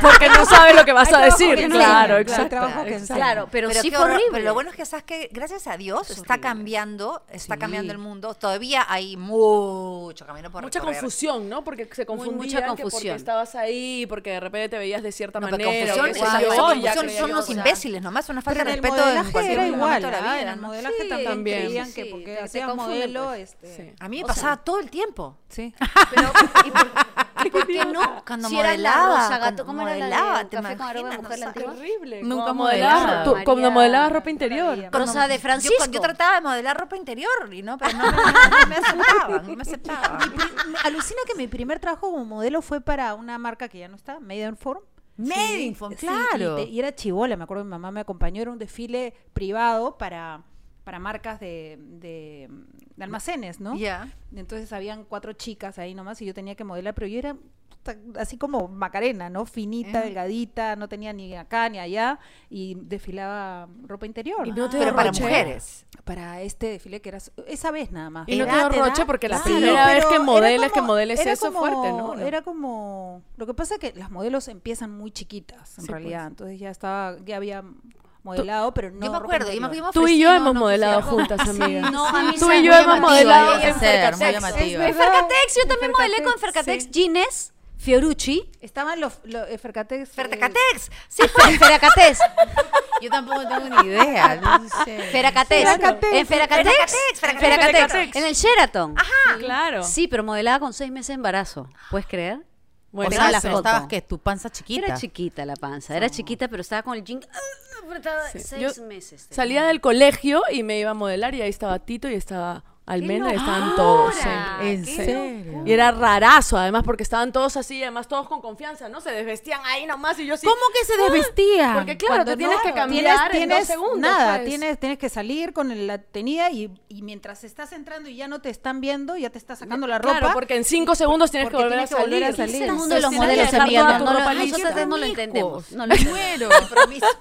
S4: Porque no sabe lo que vas a decir.
S3: que enseña,
S4: Claro,
S3: claro,
S4: exacto.
S3: trabajo que
S4: exacto.
S5: Claro, pero, sí
S2: qué
S5: fue
S2: horror-
S5: horrible.
S2: Pero lo bueno es que sabes que gracias a Dios está cambiando, está cambiando el mundo. Todavía hay mucho camino por
S4: Mucha
S2: recorrer.
S4: confusión, ¿no? Porque se confundían
S5: mucha
S4: que porque
S5: confusión.
S4: estabas ahí, porque de repente te veías de cierta
S2: No, pero
S4: manera. o
S2: confusión,
S4: qué sé
S2: esa-
S4: yo,
S2: esa
S4: ya
S2: confusión
S4: creía
S2: son
S4: que-
S2: unos
S4: o sea,
S2: imbéciles, nomás una falta de
S3: Pero en el
S2: respeto en
S3: modelaje
S2: cualquier
S3: era
S2: momento
S3: igual,
S2: de la
S3: ¿ah?
S2: vida.
S3: en el
S2: ¿no?
S3: modelaje
S5: Sí,
S3: también
S4: también.
S3: creían que
S5: sí,
S3: porque
S5: te- te
S3: hacías
S5: confunden,
S3: modelo,
S5: pues.
S3: este,
S4: sí.
S2: A mí me pasaba todo el tiempo.
S3: sí.
S5: Pero, ¿y por, y por qué no?
S2: Cuando
S5: si era
S2: modelaba,
S5: la Rosa Gato,
S2: cuando
S5: ¿cómo era la
S2: modelaba,
S5: de
S2: te
S5: Café con
S2: imaginas,
S5: Aroma de
S2: no
S5: Mujer, la
S2: sabes.
S5: antigua?
S4: horrible.
S6: Nunca
S4: Cuando
S6: modelaba.
S4: modelabas tu-
S5: María-
S4: Cuando modelabas ropa interior.
S3: Maravilla.
S5: Rosa de
S2: Yo,
S5: Francisco.
S2: yo trataba de modelar ropa interior, y no, pero no, no, no me aceptaban, no me aceptaban.
S3: Alucina que mi primer trabajo como modelo fue para una marca que ya no está, Maidenform.
S6: Made in Form, claro.
S3: Y, te- y era chivola, me acuerdo, mi mamá me acompañó, era un desfile privado para, para marcas de, de- de almacenes, ¿no?
S2: Ya.
S3: Entonces habían cuatro chicas ahí nomás y yo tenía que modelar, pero yo era puta, así como Macarena, ¿no? Finita, delgadita, no tenía ni acá ni allá y desfilaba ropa interior.
S4: Y no te
S2: Pero para
S4: derroché.
S2: mujeres.
S3: para este desfile que era so- esa vez nada más.
S4: Y no te
S2: Edad,
S4: derroche
S2: edad,
S4: porque la
S2: claro.
S4: primera
S3: Pero
S4: vez que
S3: era
S4: modeles, que
S3: como-
S4: modeles
S3: era
S4: eso
S3: como-
S4: fuerte, ¿no? No.
S3: Era como. Lo que pasa es que las modelos empiezan muy chiquitas, en
S4: Sí, pues.
S3: realidad. Entonces ya estaba, ya había modelado, pero no.
S2: yo me
S3: ropa
S2: acuerdo, yo me, yo
S3: interior.
S2: me
S4: Tú y
S2: ofrecí,
S4: yo
S2: no,
S4: hemos
S2: no
S4: modelado
S2: quisieron.
S4: juntas, amiga.
S5: No, a mí
S4: Tú
S5: se-
S4: y yo
S5: muy
S4: hemos
S5: llamativa,
S4: modelado
S5: ella
S4: en
S5: es
S6: ser, muy
S4: Fercatex.
S6: llamativa.
S3: Es
S5: En
S3: verdad.
S5: Fercatex, yo
S3: En
S5: también modelé con
S3: Fercatex,
S5: Fercatex
S3: sí.
S5: Gines, Fiorucci.
S3: Estaban los, los eh, Fercatex. eh,
S2: Fertecatex.
S5: Sí, Fer- Feracatex.
S6: Yo tampoco tengo ni idea. no sé.
S5: Feracatex.
S3: Feracatex.
S5: En Feracatex.
S2: Feracatex,
S5: En
S4: Feracatex.
S5: Feracatex. En el Sheraton.
S4: Claro.
S5: Sí, pero modelaba con seis meses de embarazo. ¿Puedes creer?
S6: Pero
S4: Bueno,
S5: Ponía la
S6: estabas-
S5: foto.
S6: estabas que tu panza chiquita.
S5: Era chiquita la panza. Era chiquita, pero estaba con el jean ah, apretado. Seis
S4: Yo
S5: meses. tenía.
S4: Salía del colegio y me iba a modelar y ahí estaba Tito y estaba Almendra y estaban todos. sí.
S6: ¿En
S5: Qué
S6: serio?
S4: Y era rarazo, además, porque estaban todos así, además todos con confianza, ¿no? Se desvestían ahí nomás y yo sí.
S6: ¿Cómo que se desvestía?
S4: Ah, Porque claro,
S3: cuando
S4: te tienes
S3: no,
S4: que cambiar en dos segundos.
S3: Nada,
S4: pues.
S3: tienes, tienes que salir con el- la tenida y, y mientras estás entrando y ya no te están viendo, ya te estás sacando la ropa.
S4: Claro, porque en cinco segundos tienes que
S3: porque
S4: volver,
S3: tienes
S4: a,
S3: que
S4: salir.
S3: volver a
S5: Es
S3: salir.
S5: el mundo de
S4: Entonces,
S5: los
S4: tienes que
S5: modelos,
S4: dejar
S5: amiga.
S4: toda
S5: No,
S4: tu
S5: no,
S4: ropa lista.
S5: nosotras no lo entendemos. No lo
S6: Muero.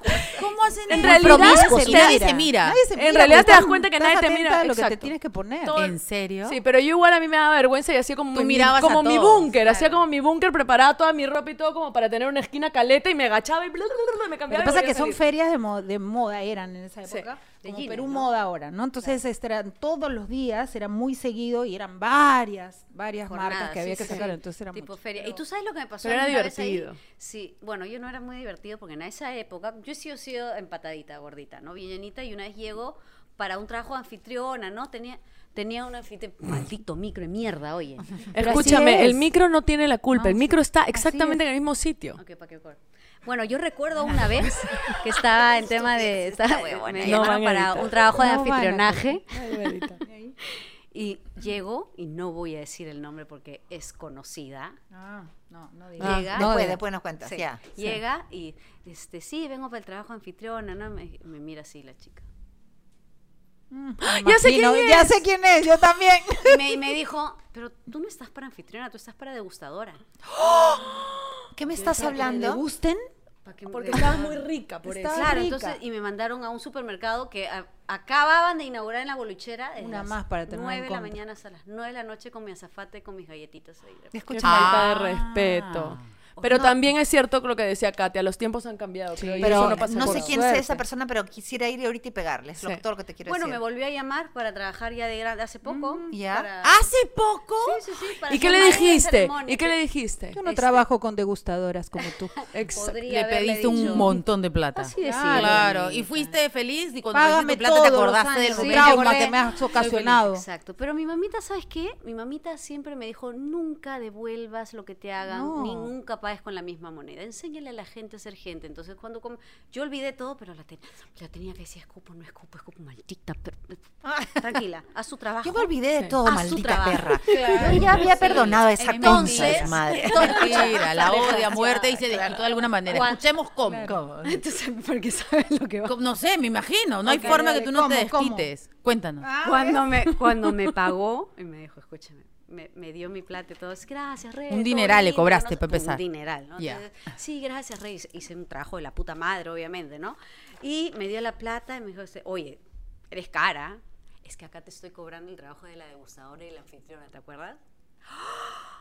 S6: ¿Cómo hacen
S4: En
S6: eso?
S4: realidad,
S5: promiscuos,
S6: y nadie se mira.
S3: Nadie se
S4: En
S3: mira,
S4: realidad
S3: porque
S4: te das
S3: estás-
S4: cuenta que
S3: estás
S4: nadie te
S3: atenta
S4: mira,
S3: a lo que te
S4: exacto.
S3: tienes que poner.
S4: Todo-
S6: ¿En serio?
S4: Sí, pero yo igual a mí me daba vergüenza y hacía como
S6: Tú
S4: mi-
S6: mirabas
S4: como
S6: a
S4: mi
S6: todos,
S4: búnker, hacía como mi búnker, preparaba toda mi ropa y todo como para tener una esquina caleta y me agachaba y bla, bla, bla, bla, me
S3: Lo
S4: cambiaba.
S3: que
S4: y
S3: pasa es
S4: volvía
S3: que
S4: a
S3: son
S4: salir.
S3: ferias de, mo- de moda, eran en esa
S4: Sí.
S3: época,
S5: De
S3: como
S5: jeans,
S3: Perú
S5: ¿no?
S3: moda ahora, ¿no? Entonces este, eran todos los días, eran muy seguido y eran varias, varias marcas
S5: jornadas,
S3: que había
S5: sí,
S3: que
S5: sí,
S3: sacar,
S5: sí.
S3: entonces era
S5: tipo
S3: mucho.
S5: feria. ¿Y tú sabes lo que me pasó?
S4: pero
S5: a mí
S4: era
S5: una vez ahí?
S4: divertido.
S5: Sí, bueno, yo no era muy divertido porque en esa época yo he sido, sido empatadita, gordita, ¿no? Bien llenita y una vez llego para un trabajo de anfitriona, ¿no? Tenía, Tenía una fita, maldito micro de mierda, oye.
S3: Pero así
S4: Escúchame, el
S3: es.
S4: micro no tiene la
S5: Ah,
S4: culpa. el micro está exactamente en el mismo sitio.
S5: Ok, pa' que cor- Bueno, yo recuerdo una vez que estaba en tema de... estaba- me
S4: No van
S5: llamaron
S4: a
S5: para
S4: editar.
S5: un trabajo de
S3: No van a
S5: anfitrionaje
S3: ¿Y ahí?
S5: y llegó, y no voy a decir el nombre porque es conocida,
S3: Ah, no, no digas.
S5: llega...
S2: después, después nos cuentas,
S5: Sí.
S2: ya.
S5: Llega y, este, sí, vengo para el trabajo anfitriona, ¿no? Me, me mira así la chica.
S4: Ya sé quién
S3: ya sé quién es, yo también.
S5: Y me, y me dijo, pero tú no estás para anfitriona, tú estás para degustadora.
S2: ¿Qué me estás
S3: ¿Le
S2: hablando?
S3: gusten?
S5: Pa' que-
S4: Porque estabas muy rica por
S3: Estaba
S4: eso.
S5: Claro,
S3: rica.
S5: entonces, y me mandaron a un supermercado que a- acababan de inaugurar en la boluchera. desde
S3: Una
S5: las
S3: más para terminar
S5: 9
S3: en
S5: de la
S3: contra.
S5: mañana hasta las 9 de la noche con mi azafate y con mis galletitas ahí.
S4: Qué Ah.
S2: Escucha,
S4: falta de respeto. Pero también es cierto lo que decía Katia, los tiempos han cambiado. creo, y eso
S2: pero
S4: no,
S2: no,
S4: pasa por
S2: sé quién
S4: suerte.
S2: es esa persona, pero quisiera ir ahorita y pegarles. lo-
S4: Sí.
S2: todo lo que te quiero
S5: Bueno, me
S2: decir.
S5: volvió a llamar para trabajar ya de grande hace poco.
S2: ya.
S5: para-
S6: ¿Hace poco?
S5: Sí, sí, sí, para
S4: ¡Ah! ¿Y
S5: ser
S4: qué le
S5: maestra de
S4: dijiste?
S5: ceremonia.
S4: ¿Y qué le dijiste?
S3: Yo no trabajo con degustadoras como tú.
S4: Exacto.
S5: Podría
S6: Le
S5: haberle
S6: pediste
S5: dicho.
S6: un montón de plata.
S5: Así de
S6: Claro, claro. Y fuiste feliz y cuando
S3: Págame
S6: pediste tu plata te
S3: todos los
S6: acordaste del
S5: años. Sí,
S6: momento.
S3: Trauma
S6: Acordé,
S3: que me has
S6: soy
S3: ocasionado.
S5: Exacto, pero mi mamita, ¿sabes qué? Mi mamita siempre me dijo, nunca devuelvas lo que te hagan,
S3: No.
S5: ni nunca pagues con la misma moneda, enséñale a la gente a ser gente. Entonces, cuando com- yo olvidé todo, pero la, ten- la tenía que decir, escupo, no escupo, escupo, maldita, per- tranquila, haz su trabajo.
S2: Yo me olvidé de todo,
S5: Haz su
S2: maldita
S5: trabajo.
S2: perra.
S6: Claro.
S2: Yo ya había
S5: Sí.
S2: perdonado a esa
S5: Entonces-
S2: concha de su madre.
S6: feliz. Mentira, la odia a muerte y se disfrutó de alguna manera.
S5: Cuan-
S6: Escuchemos cómo.
S5: Entonces, porque sabes lo que va.
S6: Cómo- No sé, me imagino. No hay
S3: Ok,
S6: forma
S3: dale,
S6: que tú no
S3: ¿cómo,
S6: te
S3: cómo?
S6: desquites. Cuéntanos.
S5: Ah, Cuando me, cuando me pagó, y me dijo, escúchame, me, me dio mi plata y todo, es, gracias, Rey.
S6: Un
S5: todo
S6: dineral le
S5: lindo",
S6: cobraste,
S5: no sé,
S6: para empezar.
S5: Un dineral, ¿no?
S6: Ya.
S5: Entonces, sí, gracias, Rey. Hice- Hice un trabajo de la puta madre, obviamente, ¿no? Y me dio la plata y me dijo, este, oye, eres cara. Es que acá te estoy cobrando el trabajo de la degustadora y la anfitriona, ¿te acuerdas?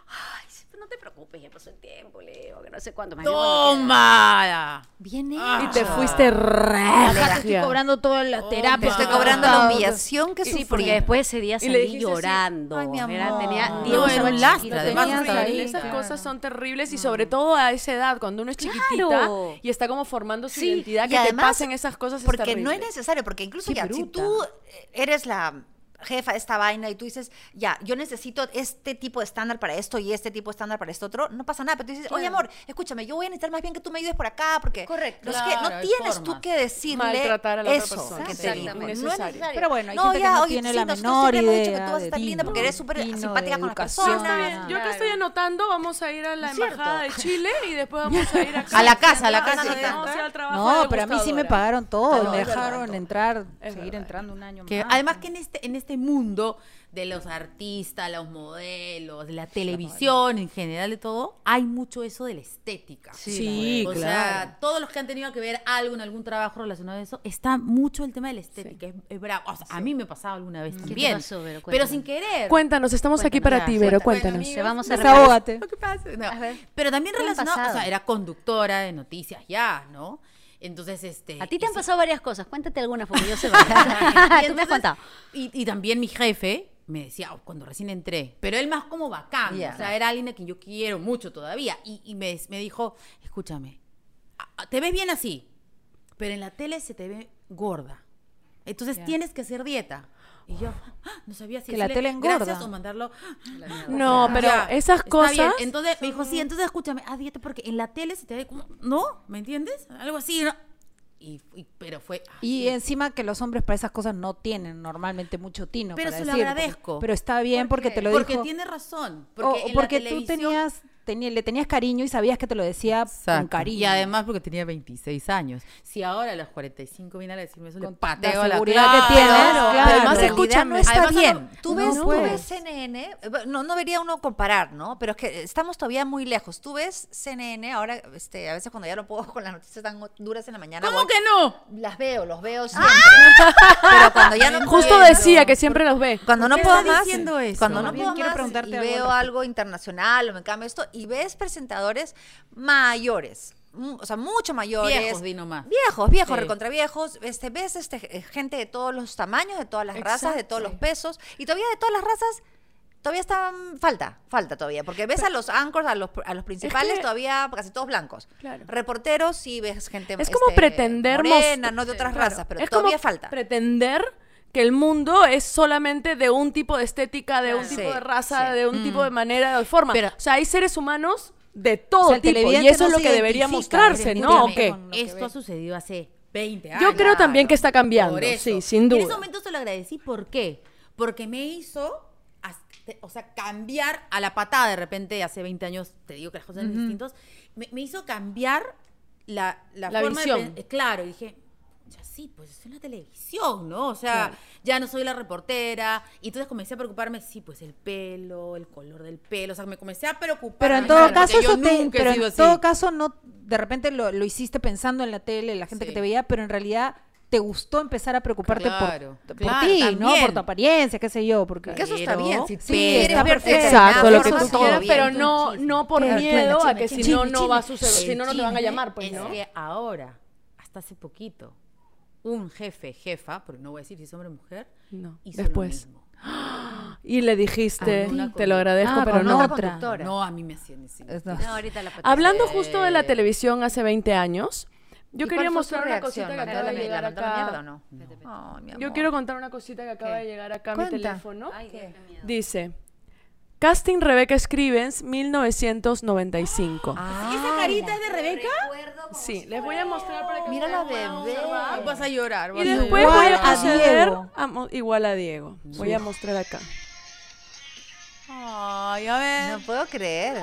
S5: Ay, sí, pero no te preocupes, ya pasó el tiempo, le digo, que no sé cuánto. más bien cuando quede-
S6: ¡Toma!
S2: Bien
S4: Y te fuiste
S3: Acá te estoy
S4: regia.
S3: cobrando todas las
S2: Te
S3: terapias.
S2: estoy cobrando la humillación que sufrí.
S5: Sí, porque después ese día
S4: Y le
S5: salí
S4: dijiste así,
S5: llorando.
S2: "Ay, mi
S5: Era-
S2: amor".
S5: tenía
S2: No,
S5: Diego
S6: era
S5: estaba
S6: un lastre,
S5: chiquito,
S6: además,
S5: tenía-
S6: hasta ahí.
S4: Esas
S3: Claro.
S4: cosas son terribles y sobre todo a esa edad, cuando uno es chiquitita
S5: Claro.
S4: y está como formando su
S5: Sí,
S4: identidad,
S2: y
S4: que
S2: además,
S4: te pasen esas cosas es
S2: Porque no es
S4: terrible.
S2: necesario, porque incluso
S4: Qué
S2: ya, si
S4: bruta.
S2: tú eh, eres la jefa de esta vaina y tú dices, ya, yo necesito este tipo de estándar para esto y este tipo de estándar para esto otro, no pasa nada, pero tú dices, oye amor, escúchame, yo voy a necesitar más bien que tú me ayudes por acá, porque
S5: Correcto.
S2: no, es que no
S6: Claro, hay
S2: tienes tú
S6: formas.
S2: que decirle
S4: Maltratar a la otra
S2: eso
S4: persona,
S2: que
S5: sí,
S2: te digo. No es
S4: innecesario.
S2: necesario.
S3: Pero bueno, hay
S2: no,
S3: gente que
S2: ya,
S3: no
S2: oye,
S3: tiene
S2: sí,
S3: la
S2: nosotros
S3: menor
S2: siempre hemos dicho que
S3: idea
S2: tú vas a
S3: de
S2: estar linda porque
S3: tino,
S2: eres súper
S3: tino de
S2: simpática con las
S3: educación,
S2: personas.
S3: de nada.
S4: Yo acá estoy anotando, vamos a ir a la
S5: Cierto.
S4: embajada de Chile y después vamos a ir acá.
S2: A la casa, a la casa,
S4: Vamos
S2: chica.
S4: a ir al trabajo
S3: No,
S4: de
S3: pero a mí sí me
S4: degustadora.
S3: pagaron todo.
S4: no,
S3: me
S4: es verdad.
S3: dejaron entrar,
S4: Es
S3: seguir
S4: verdad.
S3: entrando un año
S6: Que
S5: Ah,
S3: más.
S6: además que en este, en este mundo de los artistas, los modelos, de la televisión, en general de todo, hay mucho eso de la estética.
S3: Sí,
S6: O sea, todos los que han tenido que ver algo en algún trabajo relacionado a eso, está mucho el tema de la estética. Es, es bravo. O sea, a mí me pasaba alguna vez también.
S5: Mm. pasó, Vero?
S6: pero
S5: Cuéntame.
S6: sin querer.
S4: Cuéntanos, estamos aquí para ti, Vero, cuéntanos.
S5: Se vamos a reparar.
S3: Desahógate.
S6: Lo que pasa, no. Pero también
S5: ¿Qué han
S6: relacionado, o sea,
S5: pasado?
S6: era conductora de noticias ya, ¿no? Entonces, este.
S5: A ti te han
S6: ese-
S5: pasado varias cosas, cuéntate algunas porque yo sé varias. Tú me
S6: entonces-
S5: has contado.
S6: Y, y también mi jefe me decía, oh, cuando recién entré, pero él más como bacán,
S2: Ya.
S6: o sea, era alguien a quien yo quiero mucho todavía, y, y me, me dijo, escúchame, a- a- te ves bien así, pero en la tele se te ve gorda, entonces tienes que hacer dieta. Y yo, "Ah, no sabía si
S3: Que la tele
S6: decirle
S3: engorda.
S6: Gracias o mandarlo. "Ah, la mierda".
S4: No, pero
S6: Ya,
S4: esas
S6: está bien.
S4: cosas
S6: Entonces me dijo, sí, entonces escúchame, haz dieta porque en la tele se te ve como, ¿no? ¿Me entiendes? Algo así, ¿no? Y, y- pero fue...
S3: Y encima que los hombres para esas cosas no tienen normalmente mucho tino.
S6: Pero
S3: para
S6: se lo
S3: decirlo,
S6: agradezco.
S3: Pero está bien porque te lo
S6: porque
S3: dijo.
S6: tiene razón.
S3: o- o
S6: Porque, en la
S3: porque tú
S6: televisión-
S3: tenías, teni- le tenías cariño y sabías que te lo decía con
S6: Exacto.
S3: cariño.
S6: Y además porque tenía 26 años. Si ahora a los 45 viene a decirme eso, le
S3: Con
S6: pateo
S3: la
S6: la
S3: seguridad que tienes,
S6: Claro,
S3: claro.
S6: Además,
S3: En realidad
S6: escucha,
S3: no está
S2: bien. Tú
S3: No,
S2: ves, tú
S3: pues.
S2: ves CNN, eh, no, no debería uno comparar, ¿no? Pero es que estamos todavía muy lejos. Tú ves CNN, ahora este, a veces cuando ya no puedo con las noticias tan duras en la mañana.
S6: ¿Cómo
S2: voy-
S6: que no?
S2: Las veo, los veo siempre. Pero cuando ya no
S4: Justo
S2: puedo-
S4: decía que siempre los ve.
S2: Cuando no
S6: qué
S2: puedo
S6: está
S2: más,
S6: diciendo eso?
S2: cuando
S3: Más
S2: no
S3: bien
S2: puedo
S3: quiero
S2: más
S3: preguntarte
S2: y
S3: algo al
S2: veo algo internacional o me cambio esto y ves presentadores mayores, mu- o sea, mucho mayores.
S6: Viejos, di nomás.
S2: Viejos, viejos,
S6: Sí.
S2: recontra viejos. Este, ves este, eh, gente de todos los tamaños, de todas las razas, de todos los
S4: Exacto.
S2: pesos y todavía de todas las razas todavía están falta, falta todavía, porque ves a los anchors, a los a los principales
S4: que-
S2: todavía casi todos blancos.
S4: Claro.
S2: Reporteros sí ves gente
S4: Es como
S2: este,
S4: pretender mos-
S2: morena, no de otras
S4: Claro,
S2: razas, pero
S4: es como
S2: todavía falta.
S4: Pretender que el mundo es solamente de un tipo de estética, de un
S2: Claro.
S4: tipo
S2: Sí,
S4: de raza,
S2: sí.
S4: de un tipo de manera, de forma.
S6: Pero-
S4: o sea, hay seres humanos de todo
S3: O sea, el
S4: tipo y
S3: televidente
S4: eso es
S3: no
S4: lo
S3: se
S4: que debería
S3: identifica
S4: mostrarse, ¿no? ¿O qué?
S3: definitivamente con- lo que ve.
S6: Esto ha sucedido hace 20 años.
S4: Yo creo también que está cambiando,
S6: Por eso.
S4: sí, sin
S6: Y en
S4: duda.
S6: ese momento se lo agradecí, ¿por qué? Porque me hizo, as- te- o sea, cambiar a la patada de repente, hace 20 años, te digo que las cosas eran distintas, me, me hizo cambiar la, la,
S4: La
S6: forma de
S4: visión.
S6: pen- eh, claro, y dije, ya sí, pues estoy en la televisión, ¿no? O sea, ya no soy la reportera. Y entonces comencé a preocuparme, sí, pues el pelo, el color del pelo, o sea, me comencé a preocupar.
S3: Pero en
S6: más,
S3: todo
S6: porque
S3: caso,
S6: yo
S3: eso te-
S6: nunca he
S3: pero en
S6: sido así.
S3: todo caso, no, de repente lo, lo hiciste pensando en la tele, la gente que
S6: Sí.
S3: te veía, pero en realidad te gustó empezar a preocuparte por-
S6: Claro,
S3: por,
S6: claro,
S3: ti, ¿no?
S6: también.
S3: Por tu apariencia, qué sé yo, porque
S2: Que eso está
S6: Pero-
S2: bien. Si
S3: Sí,
S2: quieres
S3: está
S2: verte
S3: perfecto.
S2: de
S4: Exacto,
S2: nada,
S4: lo que
S2: forma,
S4: tú
S2: todo
S4: quieras,
S2: bien.
S4: pero no, no por
S3: Claro,
S4: miedo
S3: chisme,
S4: a que
S3: chisme,
S4: si no,
S3: chisme,
S4: no va a
S3: chisme.
S4: suceder, si no, no te van a llamar, pues,
S6: es
S4: ¿no?
S6: que ahora, hasta hace poquito, un jefe, jefa, porque no voy a decir si es hombre o mujer,
S4: No,
S6: hizo
S4: después.
S6: lo mismo.
S4: Y le dijiste,
S6: Ah, no,
S4: te lo agradezco,
S3: Ah,
S4: pero
S3: con
S4: no.
S3: otra.
S2: conductora.
S6: No, a mí me hacían decir.
S5: No, ahorita la patada.
S4: Hablando justo de la televisión hace 20 años, yo
S2: Eh, ¿Y
S4: quería
S2: cuál fue su
S4: mostrar una
S2: reacción?
S4: cosita que
S2: ¿La
S4: acaba de
S2: mandó a la-
S4: llegar
S2: la mandó a la mierda o
S4: acá.
S2: no? Ay, mi
S4: Yo
S2: amor.
S4: quiero contar una cosita que acaba de llegar acá a mi
S2: Cuenta.
S4: teléfono.
S5: Ay,
S4: Dice, Casting Rebecca Scrivens, 1995.
S2: Ah,
S6: ¿Esa carita es de Rebeca?
S4: sí, les voy a mostrar para que
S2: Ah, Mira la
S4: ustedes puedan
S2: bebé.
S4: observar.
S6: Vas a llorar.
S4: Y
S6: vas a
S4: después
S6: llorar.
S4: voy a
S3: Igual a
S4: proceder
S3: Diego.
S4: a mo- igual a Diego. Voy a mostrar acá.
S6: Ay, a ver.
S2: No puedo creer.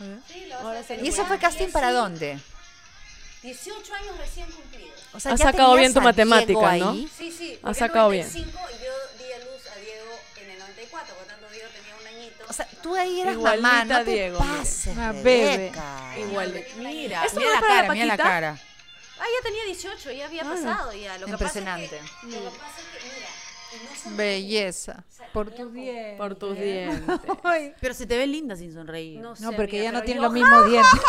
S5: ¿Eh?
S2: ¿No? ¿Y eso fue casting para dónde?
S5: 18 años recién cumplidos.
S2: O sea,
S4: Has
S2: ya
S4: sacado bien
S2: tenías
S4: tu
S2: a
S4: matemática,
S2: Diego
S4: ¿no?
S2: ahí.
S5: Sí, sí.
S4: Ha
S5: porque
S4: sacado bien.
S5: 95 Y yo di a luz a Diego en el 94, por tanto Diego tenía un añito.
S2: O sea, tú ahí eras
S4: Igualita
S2: mamá, no te
S4: Diego, mire.
S2: pases,
S3: Una bebé.
S2: Rebeca.
S4: Igual.
S6: Mira,
S4: ¿Esto
S6: mira
S4: no
S6: la
S4: es para la
S6: cara, mira la
S4: Paquita?
S6: cara.
S5: Ah, ya tenía 18, ya había pasado ya. Lo que
S2: Impresionante.
S5: Pasa es que, lo que pasa es que, mira, y no son-
S2: Belleza.
S3: por tus dientes.
S4: Por tus dientes.
S6: Pero se te ve linda sin sonreír.
S5: No, sé,
S3: No, porque
S5: mira,
S3: ya no
S5: pero
S3: tiene
S5: yo-
S3: los mismos dientes.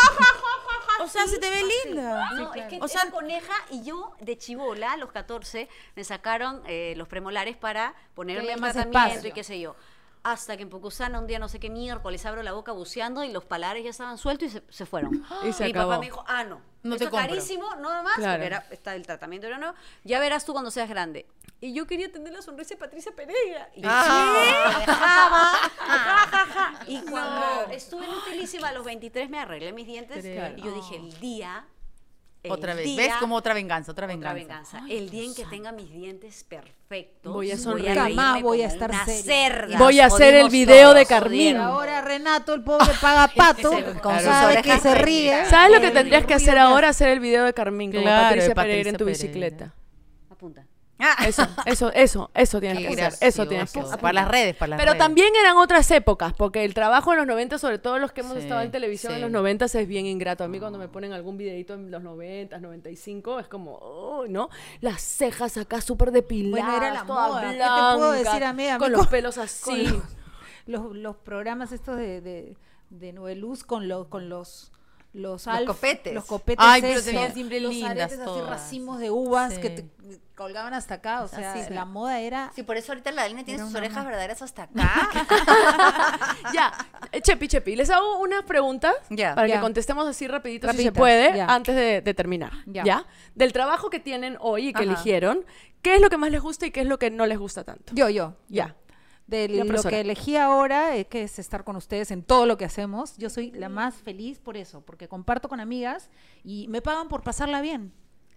S6: o sea, se te ve linda.
S5: No, es que
S6: O sea-
S5: era coneja y yo de chivola a los 14 me sacaron eh, los premolares para
S3: Que
S5: ponerme
S3: haya
S5: en
S3: más
S5: tratamiento
S3: espacio.
S5: y qué sé yo. Hasta que en Pocusana un día no sé qué miércoles abro la boca buceando y los palares ya estaban sueltos y se, se fueron.
S4: Y se
S5: mi
S4: acabó.
S5: papá me dijo, ah, no,
S6: No
S5: esto
S6: te
S5: es
S6: compro.
S5: carísimo, nada más,
S4: Claro.
S5: porque era- está el tratamiento era nuevo, ya verás tú cuando seas grande. Y yo quería tener la sonrisa de Patricia Pereira. Y
S2: Ah.
S5: sí, dejaba, ja, ja, ja. Y cuando estuve utilísima a los 23 me arreglé mis dientes y yo dije, el día el
S6: Otra vez.
S5: día-
S6: ¿Ves? Como otra venganza, otra
S5: otra
S6: venganza.
S5: venganza. el día en que tenga mis dientes perfectos,
S4: Voy a sonreír.
S5: reírme
S3: Jamás voy a
S5: como
S3: estar
S5: una
S3: seria.
S5: cerda.
S4: Voy a hacer el
S5: Jodimos
S4: video de
S5: todos,
S4: Carmín.
S5: jodieron.
S3: Ahora Renato, el pobre paga pato,
S2: Ese- con
S3: cada
S2: sus
S3: vez que
S2: orejas
S3: se ríe.
S2: rectas.
S4: ¿Sabes lo que
S3: el
S4: tendrías que hacer
S3: ruido
S4: ahora? Hacer el video de Carmín como
S6: Eh, Claro, de
S4: Patricia,
S6: Patricia
S4: Pereira en tu
S6: Pereira.
S4: bicicleta.
S5: Apunta.
S2: Ah.
S4: Eso, eso, eso, eso tienes
S6: Qué
S4: que hacer.
S6: gracioso.
S4: Eso tienes que hacer.
S6: Para las redes, para las
S4: Pero
S6: redes.
S4: también eran otras épocas, porque el trabajo en los 90, sobre todo los que hemos
S6: Sí,
S4: estado en televisión en
S6: sí.
S4: los 90, es bien ingrato. A mí cuando me ponen algún videito en los 90, 95, es como, oh, ¿no? Las cejas acá súper depiladas,
S3: Bueno, era la
S4: toda
S3: moda. ¿Qué te
S4: blanca,
S3: puedo decir a mí? A mí
S4: con
S3: con-
S4: los pelos
S3: con
S4: así.
S3: los, los, los programas estos de, de, de Noveluz con, los con los los, alf-
S2: copetes.
S3: los copetes
S6: Ay, pero
S3: esos,
S6: se veían siempre
S3: los
S6: lindas
S3: aretes
S6: todas.
S3: así racimos de uvas
S6: Sí.
S3: que te colgaban hasta acá o sea
S2: Así, sí.
S3: la moda era
S2: Sí, por eso ahorita la Dalina tiene sus orejas verdaderas hasta acá.
S4: ya, eh, Chepi, Chepi, les hago unas preguntas
S2: Ya.
S4: para
S3: Ya.
S4: que contestemos así rapidito si
S3: Rapiditas,
S4: se puede,
S3: ya.
S4: antes de, de terminar.
S3: Ya.
S4: Ya. Del trabajo que tienen hoy y que
S2: Ajá.
S4: eligieron, ¿qué es lo que más les gusta y qué es lo que no les gusta tanto?
S3: yo yo
S4: Ya.
S3: de
S4: Ya,
S3: lo
S4: profesora.
S3: que elegí ahora es que es estar con ustedes en todo lo que hacemos yo soy la más feliz por eso porque comparto con amigas y me pagan por pasarla bien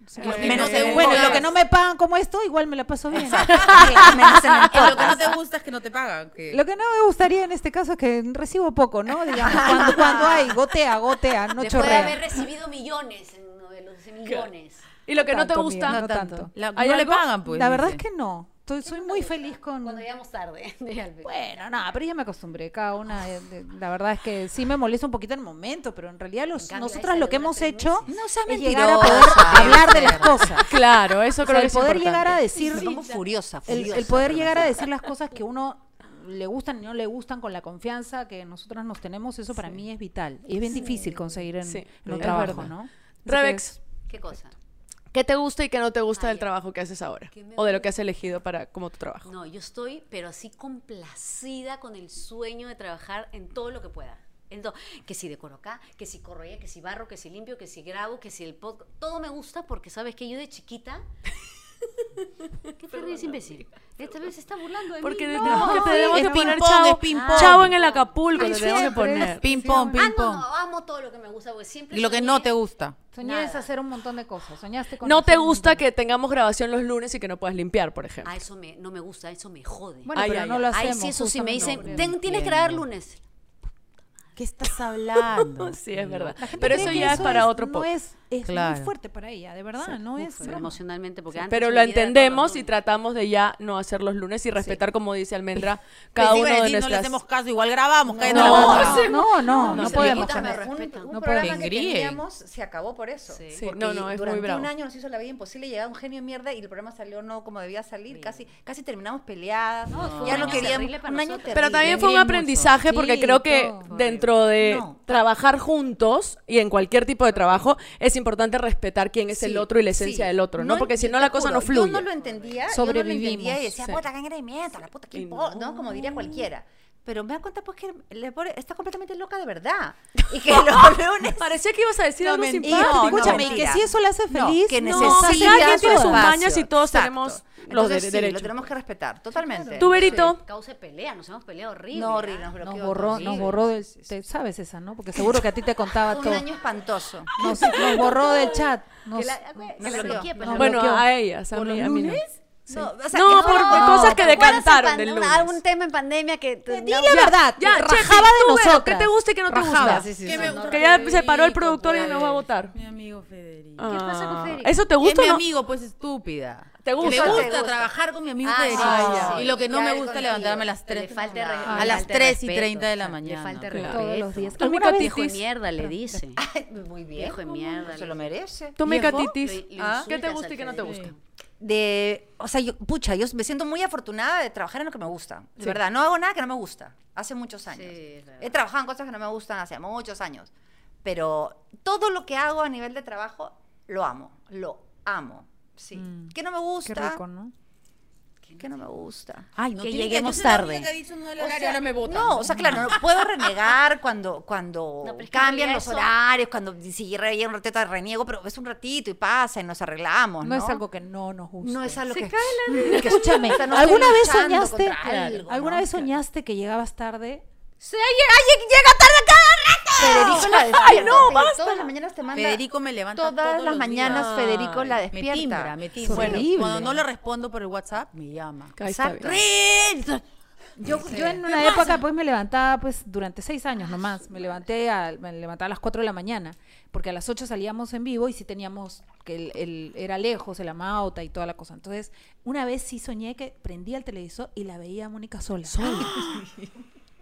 S3: O sea,
S6: Bueno,
S2: Menos
S6: eh,
S2: de un
S3: bueno
S2: podcast.
S3: lo que no me pagan como esto igual me la paso bien
S2: Menos en el
S6: Eh, Lo que no
S2: podcast.
S6: te gusta es que no te pagan. que-
S3: Lo que no me gustaría en este caso es que recibo poco, ¿no? Digamos, cuando, cuando hay, gotea, gotea, no
S5: Después de
S3: chorrea.
S5: haber recibido millones en novelos, millones.
S4: ¿Y lo que no,
S3: tanto,
S4: te gusta?
S3: amiga, no tanto.
S6: La-
S4: ¿Hay
S6: no le
S4: algo?
S6: pagan, pues.
S3: La verdad es
S6: dice.
S3: que no. Estoy- soy muy feliz con...
S5: Cuando llegamos tarde.
S3: Bueno, nada, pero ya me acostumbré. Cada una, eh, de- la verdad es que sí me molesta un poquito el momento, pero en realidad los,
S5: cambio,
S3: nosotras
S5: esa
S3: lo que
S5: dura
S3: hemos
S5: seis
S3: hecho
S5: meses.
S2: No seas
S3: es llegar a poder
S2: mentirosa,
S3: hablar de
S2: Esther.
S3: las cosas.
S4: Claro, eso
S3: O sea,
S4: creo que
S3: el
S4: es
S3: poder
S4: importante.
S3: llegar a
S2: Me
S3: decir
S2: pongo furiosa,
S3: el,
S2: furiosa.
S3: el poder llegar a decir las cosas que uno le gustan y no le gustan con la confianza que nosotras nos tenemos, eso para mí es vital. Y es bien difícil conseguir en,
S4: Sí,
S3: en un
S4: es
S3: trabajo,
S4: verdad.
S3: ¿no?
S4: Rebex,
S5: ¿Qué cosa?
S4: ¿qué te gusta y qué no te gusta del trabajo que haces ahora? O de lo que has elegido para como tu trabajo.
S5: No, yo estoy, pero así complacida con el sueño de trabajar en todo lo que pueda. Entonces, que si decoro acá, que si corro allá, que si barro, que si limpio, que si grabo, que si el podcast. Todo me gusta porque sabes que yo de chiquita ¿Qué te ríes, imbécil? Esta vez se está burlando de
S4: Porque
S5: mí.
S4: te-
S5: no. Ah,
S4: tenemos que, tenemos
S6: es
S4: que poner
S6: ping-pong, es
S4: chavo,
S6: ping-pong.
S4: chavo en el Acapulco,
S5: Ay,
S4: te tenemos que
S5: siempre es
S4: poner.
S6: Ping pong,
S5: Ah,
S6: ping
S5: no,
S6: pong.
S5: no, amo todo lo que me gusta, porque siempre
S6: Y lo que
S5: soñé-
S6: no te gusta.
S3: Soñé
S5: Nada.
S3: es hacer un montón de cosas. Soñaste con
S4: No te
S3: hacer un
S4: gusta
S3: montón de-
S4: que tengamos grabación los lunes y que no puedas limpiar, por ejemplo.
S5: Ah, eso me, no me gusta, eso me jode.
S3: Bueno,
S4: Ay,
S3: pero
S4: ay,
S3: no
S4: ay.
S3: lo
S5: Ay,
S3: hacemos.
S5: sí, eso sí, me
S3: justamente.
S5: dicen, "Ten- tienes que grabar lunes.
S6: ¿Qué estás hablando?
S4: Sí, es verdad.
S3: La gente
S4: Pero
S3: cree
S4: eso
S3: que
S4: ya es para otro
S3: no
S4: podcast.
S3: es, es
S6: Claro.
S3: muy fuerte para ella, de verdad, no es
S5: Pero
S3: broma.
S5: emocionalmente, porque antes
S4: Pero
S5: mi
S4: lo
S5: vida era todos los
S4: entendemos y
S5: lunes.
S4: tratamos de ya no hacer los lunes y respetar, como dice Almendra, cada
S6: Les iba
S4: uno
S6: a
S4: de
S6: decir, No le
S4: nuestras...
S6: hacemos caso, igual grabamos. cállate la boca.
S3: No, no, no, no,
S5: no,
S3: no
S5: sí,
S3: podemos.
S5: quítame,
S3: Jaime.
S2: Un,
S5: respetan.
S2: un
S3: No
S2: programa
S6: pueden.
S2: que
S6: Engríen.
S2: teníamos se acabó por eso.
S5: Sí.
S4: Sí,
S2: Porque
S4: no, no, es muy
S2: durante
S4: bravo.
S2: un año nos hizo la vida imposible, llegaba un genio de mierda y el programa salió no como debía salir, casi casi terminamos peleadas.
S5: No, fue
S2: ya
S5: un
S2: no
S5: año
S2: queríamos.
S5: terrible para
S2: un año terrible.
S5: nosotras.
S4: Pero también fue un
S6: Tendríamos-
S4: aprendizaje porque
S3: Sí,
S4: creo que
S3: todo.
S4: dentro de
S6: No.
S4: trabajar juntos y en cualquier tipo de trabajo es importante respetar quién es el
S2: Sí,
S4: otro y la esencia
S2: sí.
S4: del otro, ¿no? Porque si no
S2: te
S4: la cosa
S2: juro,
S4: no fluye.
S2: Yo no lo entendía, yo no lo
S3: Sobrevivimos,
S2: entendía y decía,
S3: sí.
S2: puta, gana de mierda, la puta, que no. no, como
S4: Mm.
S2: diría cualquiera. Pero me da cuenta pues que la pobre está completamente loca de verdad. Y que los lunes
S4: Parecía que ibas a decir
S6: No,
S4: algo
S6: mentira.
S2: Y
S4: simpático.
S2: no,
S3: escúchame, y que
S2: mentira.
S3: si eso la hace
S2: No,
S3: feliz,
S2: que
S3: no,
S2: necesita
S4: sí, cada quien
S2: su
S4: tiene sus
S2: espacio.
S4: mañas y todos tenemos los
S2: Entonces,
S4: de-
S2: sí, Lo
S4: derechos.
S2: tenemos que respetar, totalmente.
S4: Tú, Berito.
S5: Causa pelea, nos hemos peleado horrible.
S2: No, horrible,
S5: ¿ah?
S2: nos bloqueó.
S3: nos borró,
S2: horrible.
S3: nos borró del, te- sabes esa, ¿no? Porque seguro que a ti te contaba
S2: Un
S3: todo.
S2: año espantoso.
S3: Nos, nos borró del chat. Nos,
S5: Que la- que
S2: nos
S5: la
S2: bloqueó.
S5: bloqueé, pues,
S3: Nos
S5: la
S4: Bueno,
S3: bloqueó.
S4: a ellas, a mí, a mí no.
S2: No, o
S4: No,
S2: que
S4: por- por
S2: no, tampoco-
S4: cosas que
S5: ¿Cuál es el
S4: decantaron
S5: pan-
S4: del
S5: un-
S4: lunes?
S5: Algún tema en pandemia que... te-
S3: Di
S5: no,
S3: la verdad,
S4: Ya,
S3: rajaba
S4: Chefi,
S3: de
S4: tú, Vero,
S3: nosotras.
S4: ¿qué te gusta y qué no te
S3: Rajaba,
S4: gusta?
S3: sí, sí,
S6: ¿Qué
S3: sí.
S6: me gusta
S4: Que ya se paró el
S6: Federico,
S4: productor y
S6: pues.
S4: nos va a votar.
S6: Mi amigo Federico.
S4: ¿Qué
S5: pasa con Federic?
S4: ¿Eso te
S6: Es
S4: gusta
S6: mi
S4: o no?
S6: amigo, pues estúpida.
S4: ¿Te gusta?
S6: Me
S4: Eso
S2: te
S6: gusta,
S2: gusta.
S6: trabajar con mi amigo
S5: Ah,
S6: Federico.
S5: ah, ya.
S6: Y lo que no
S5: Ya,
S6: me
S5: el
S6: gusta es
S5: contigo.
S6: levantarme a las
S5: Le
S6: 3.
S5: falta de re- le
S6: A las
S5: falta
S6: 3 y
S5: respeto,
S6: 30 de la
S5: o sea,
S6: mañana.
S5: Le falta de
S4: Claro.
S5: respeto.
S3: Todos los días.
S4: Tú, mi
S3: ¿Alguna vez
S4: catitis.
S5: Hijo de mierda, le dice.
S2: Ay, Muy bien.
S5: Hijo de mierda.
S2: Se lo merece.
S4: Tú, mi
S6: ¿Viejo?
S4: catitis.
S5: Lo- lo
S4: ¿Ah? ¿Qué te
S5: insultas
S4: gusta y
S5: al
S4: qué no te
S5: Federico.
S4: gusta?
S2: de, o sea, yo, pucha, yo me siento muy afortunada de trabajar en lo que me gusta. De verdad, no hago nada que no me gusta. Hace muchos años.
S5: Sí, es verdad.
S2: He trabajado en cosas que no me gustan hace muchos años. Pero todo lo que hago a nivel de trabajo, lo amo. Lo amo. Sí. Que no me
S3: Mm. Qué
S2: gusta.
S3: rico, ¿no?
S2: Que no me gusta.
S6: Ay, no
S5: Que
S6: tiene
S5: lleguemos
S6: yo soy la
S5: tarde.
S6: única que ha dicho no al
S2: O
S6: horario,
S2: sea,
S6: ahora me votan.
S2: No, o sea, claro, no puedo renegar cuando, cuando
S5: No, pero es que en
S2: cambian
S5: realidad
S2: los
S5: eso-
S2: horarios, cuando si relleno un ratito reniego, pero es un ratito y pasa y nos arreglamos,
S3: no.
S2: ¿no?
S3: es algo que no nos gusta.
S2: No es algo que...
S3: Escúchame,
S2: O sea, no estoy
S3: ¿alguna vez
S2: luchando
S3: soñaste,
S2: contra algo,
S3: alguna
S2: ¿no?
S3: vez soñaste que llegabas tarde?
S2: Sí, ayer- ayer llega tarde a cada rato. Federico la despierta. Ay, no, basta. Todas las mañanas te manda.
S6: Federico me levanta
S2: Todas
S6: todos
S2: las
S6: los
S2: mañanas
S6: días.
S2: Federico la
S6: Me
S2: despierta.
S6: timbra, me timbra. Bueno,
S3: Horrible.
S6: cuando no le respondo por el WhatsApp, me llama.
S4: Ahí está
S2: Exacto.
S4: bien.
S3: Yo, yo en una época pues me levantaba pues durante seis años nomás, me levanté a, me levantaba a las 4 de la mañana, porque a las 8 salíamos en vivo y sí teníamos, que el, el- era lejos, el amauta y toda la cosa. Entonces, una vez sí soñé que prendía el televisor y la veía a Mónica sola.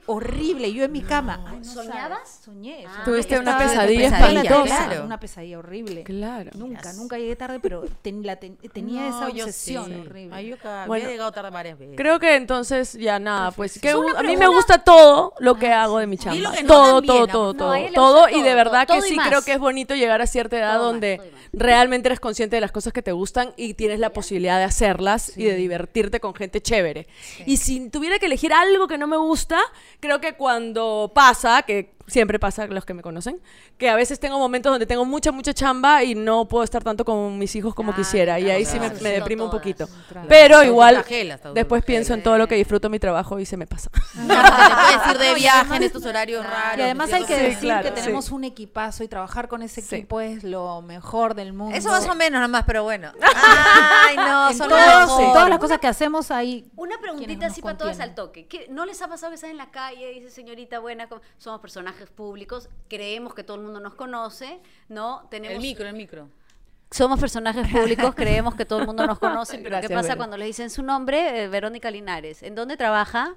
S3: Horrible, yo en mi cama. Ay, no
S5: ¿Soñabas?
S3: sabes, Soñé.
S5: Ah,
S4: Tuviste
S3: Estaba-
S4: una pesadilla
S6: pesadilla,
S4: espantosa.
S6: claro.
S3: Una pesadilla horrible.
S4: Claro.
S3: Nunca, nunca llegué tarde, pero ten- la ten- tenía
S6: No,
S3: esa
S6: yo
S3: obsesión
S6: sí.
S3: horrible.
S6: Ay, yo ca-
S4: Bueno,
S6: había llegado tarde varias veces.
S4: Creo que entonces ya nada, pues que u- a mí me gusta todo lo que hago de mi chamba,
S6: lo que no
S4: todo,
S6: también,
S4: todo,
S6: ¿no?
S4: todo,
S5: No,
S4: todo,
S5: a ella le
S4: todo
S5: gusta
S4: y de
S5: todo,
S4: verdad
S5: todo
S4: que
S5: y
S4: sí
S5: más.
S4: creo que es bonito llegar a cierta edad
S5: Todo más,
S4: donde
S5: todo y más.
S4: realmente eres consciente de las cosas que te gustan y tienes la posibilidad de hacerlas y de divertirte con gente chévere. Y si tuviera que elegir algo que no me gusta, creo que cuando pasa, que siempre pasa los que me conocen, que a veces tengo momentos donde tengo mucha, mucha chamba y no puedo estar tanto con mis hijos como
S5: Claro,
S4: quisiera y
S5: claro,
S4: ahí sí me,
S5: claro.
S4: me deprimo un
S5: Todas.
S4: poquito.
S3: Claro.
S4: Pero
S6: Te
S4: igual
S6: autoflagelas, te
S4: después
S6: autoflagelas.
S4: pienso en todo lo que disfruto en mi trabajo y se me pasa.
S6: Te puedes ir de viaje en estos horarios raros.
S3: Y además
S6: me
S3: hay que
S6: siento-
S3: decir
S4: claro,
S3: que
S4: sí.
S3: tenemos un equipazo y trabajar con ese
S4: Sí.
S3: equipo es lo mejor del mundo.
S2: Eso más o menos nomás, pero bueno. Ay, no,
S3: en,
S2: son
S3: todos-
S2: las
S3: en
S2: cosas.
S3: todas las cosas que hacemos ahí.
S5: Una preguntita
S3: nos
S5: así para todas
S3: contienen?
S5: al toque. ¿Qué- ¿No les ha pasado que están en la calle y dicen, señorita buena, com- somos personajes públicos, creemos que todo el mundo nos conoce, ¿no? Tenemos,
S6: El micro, el micro.
S5: Somos personajes públicos, creemos que todo el mundo nos conoce, pero
S4: Gracias,
S5: ¿qué pasa
S4: Vero.
S5: cuando les dicen su nombre? Eh, Verónica Linares. ¿En dónde trabaja?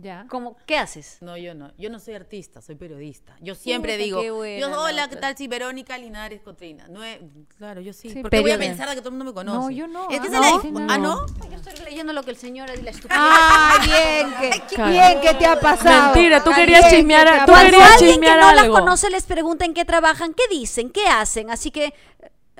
S3: Ya.
S5: ¿Cómo, ¿Qué haces?
S6: No, yo no. Yo no soy artista, soy periodista. Yo siempre
S5: Puta,
S6: digo,
S5: qué buena
S6: yo,
S5: la
S6: hola, ¿qué
S5: otra.
S6: tal? Sí, Verónica Linares Cotrina. No es- claro, yo sí.
S3: Sí,
S6: porque voy a
S5: periodista.
S6: pensar de que todo el mundo me conoce.
S3: No, yo no,
S6: Es que
S3: ah,
S6: se la-
S3: no, sí, no.
S6: Ah, ¿no?
S5: Yo estoy leyendo lo que el señor es la estupidez.
S3: Ah, bien que,
S4: Claro.
S3: bien que te ha pasado.
S4: Mentira, tú
S3: Ay,
S4: querías
S3: bien que
S4: chismear
S3: te
S4: a-
S3: ha
S4: tú
S3: pasado.
S5: Cuando
S4: querías
S5: alguien que
S4: chismear
S5: no las
S4: algo.
S5: conoce les pregunta en qué trabajan, qué dicen, qué hacen. Así que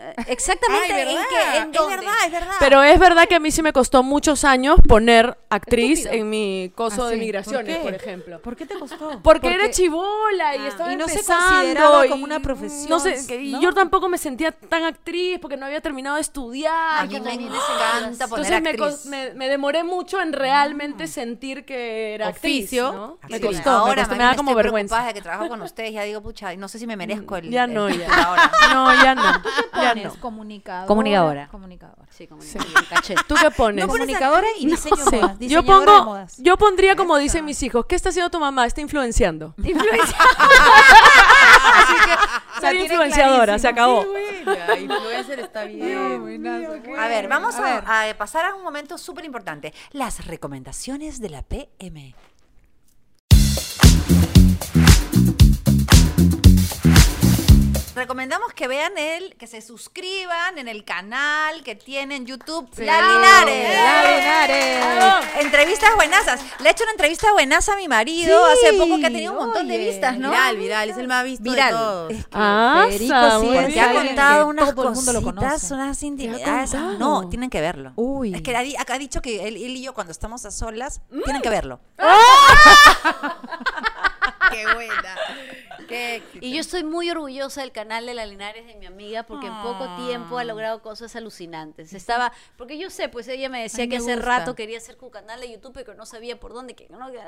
S5: eh, eh, exactamente
S2: Ay,
S5: en
S2: ¿verdad?
S5: que en
S2: Es
S5: dónde.
S2: verdad, es verdad.
S4: Pero es verdad que a mí sí me costó muchos años poner actriz en mi coso
S3: Ah,
S4: de
S3: sí.
S4: migraciones,
S3: qué?
S4: por ejemplo.
S3: ¿Por qué te costó?
S4: Porque, era chivola y estaba
S3: Y no se
S4: empezando
S3: consideraba
S4: y
S3: como una profesión,
S4: No sé, que- y
S3: ¿no?
S4: yo tampoco me sentía tan actriz porque no había terminado de estudiar.
S2: A mí
S4: como-
S2: me encanta poner
S4: Entonces me,
S2: actriz.
S4: cos- me, me demoré mucho en realmente sentir que era
S6: Oficio,
S4: actriz. ¿no? Me
S6: actriz.
S4: costó, me
S2: ahora
S4: costó,
S2: más
S4: me da
S2: bien
S4: como
S2: estoy
S4: vergüenza.
S2: preocupada de que trabajo con ustedes, ya digo, pucha, no sé si me merezco el
S4: Ya
S2: el
S4: no,
S2: título
S4: ya.
S2: ahora.
S4: No, ya no. Ya
S3: Pones
S4: Ah, no.
S3: comunicadora.
S5: Comunicadora.
S3: Comunicadora.
S5: Sí, como en cachete.
S4: ¿Tú qué pones?
S3: comunicadora y diseño de modas,
S4: Yo
S3: diseñadora de
S4: pongo,
S3: modas.
S4: yo pondría como dicen mis hijos, ¿qué está haciendo tu mamá? Está influenciando.
S3: La
S4: Soy
S3: tiene
S4: influenciadora, se acabó.
S6: Buena, influencer está bien.
S2: A ver, vamos a, a pasar a un momento súper importante. Las recomendaciones de la PM. Recomendamos que vean el, que se suscriban en el canal que tiene en YouTube La Linares.
S3: La Linares.
S2: Bravo. Entrevistas buenazas. Le he hecho una entrevista buenaza a mi marido
S3: Sí,
S2: hace poco que ha tenido un montón de
S3: oye,
S2: vistas, ¿no?
S6: Viral, viral, es el más visto
S2: Viral.
S6: de todos.
S4: Ah, sa, muy
S2: Porque ha
S4: bien.
S2: contado unas
S3: todo el mundo lo
S2: cositas,
S3: conoce.
S2: unas intimidades. Ah,
S4: contado?
S2: No, tienen que verlo.
S3: Uy.
S2: Es que ha, di- ha dicho que él, él y yo cuando estamos a solas,
S3: Mm.
S2: tienen que verlo.
S3: ¡Ah!
S6: Qué buena. Qué éxito.
S5: Y yo estoy muy orgullosa del canal de la Linares de mi amiga porque en poco
S6: Ah.
S5: tiempo ha logrado cosas alucinantes. Estaba, porque yo sé, pues ella me decía
S6: Ay,
S5: que
S6: me
S5: hace
S6: gusta.
S5: rato quería hacer su canal de YouTube, pero no sabía por dónde, que no, que-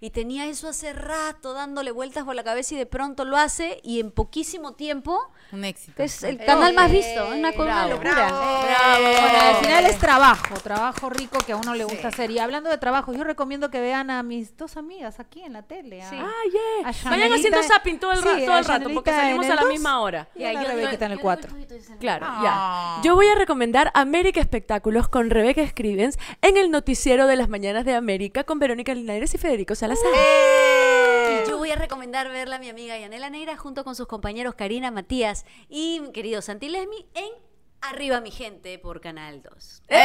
S5: y tenía eso hace rato dándole vueltas por la cabeza y de pronto lo hace y en poquísimo tiempo
S6: Un éxito.
S5: es el canal más
S6: Eh,
S5: visto, es una, co- una locura.
S3: Bueno, al final es trabajo, trabajo rico que a uno le gusta hacer. Y hablando de trabajo, yo recomiendo que vean a mis dos amigas aquí en la tele. A,
S5: Sí.
S4: Ah, yeah.
S3: a
S4: Vayan
S3: Yanelita-
S4: haciendo zapping todo el, ra-
S3: Sí,
S4: todo
S3: a
S4: el rato porque
S3: Yanelita
S4: salimos
S3: en
S4: a
S3: el
S4: la
S3: dos
S4: misma hora.
S3: Y a la Rebequita en el 4.
S4: Claro, ya. Yo voy a recomendar América Espectáculos con Rebeca Scrivens en el noticiero de las mañanas de América con Verónica Linares y Federico Salazar.
S5: Y yo voy a recomendar verla a mi amiga Yanela Neira junto con sus compañeros Karina Matías y mi querido Santi Lesmi en Arriba mi gente por Canal 2.
S3: Eh,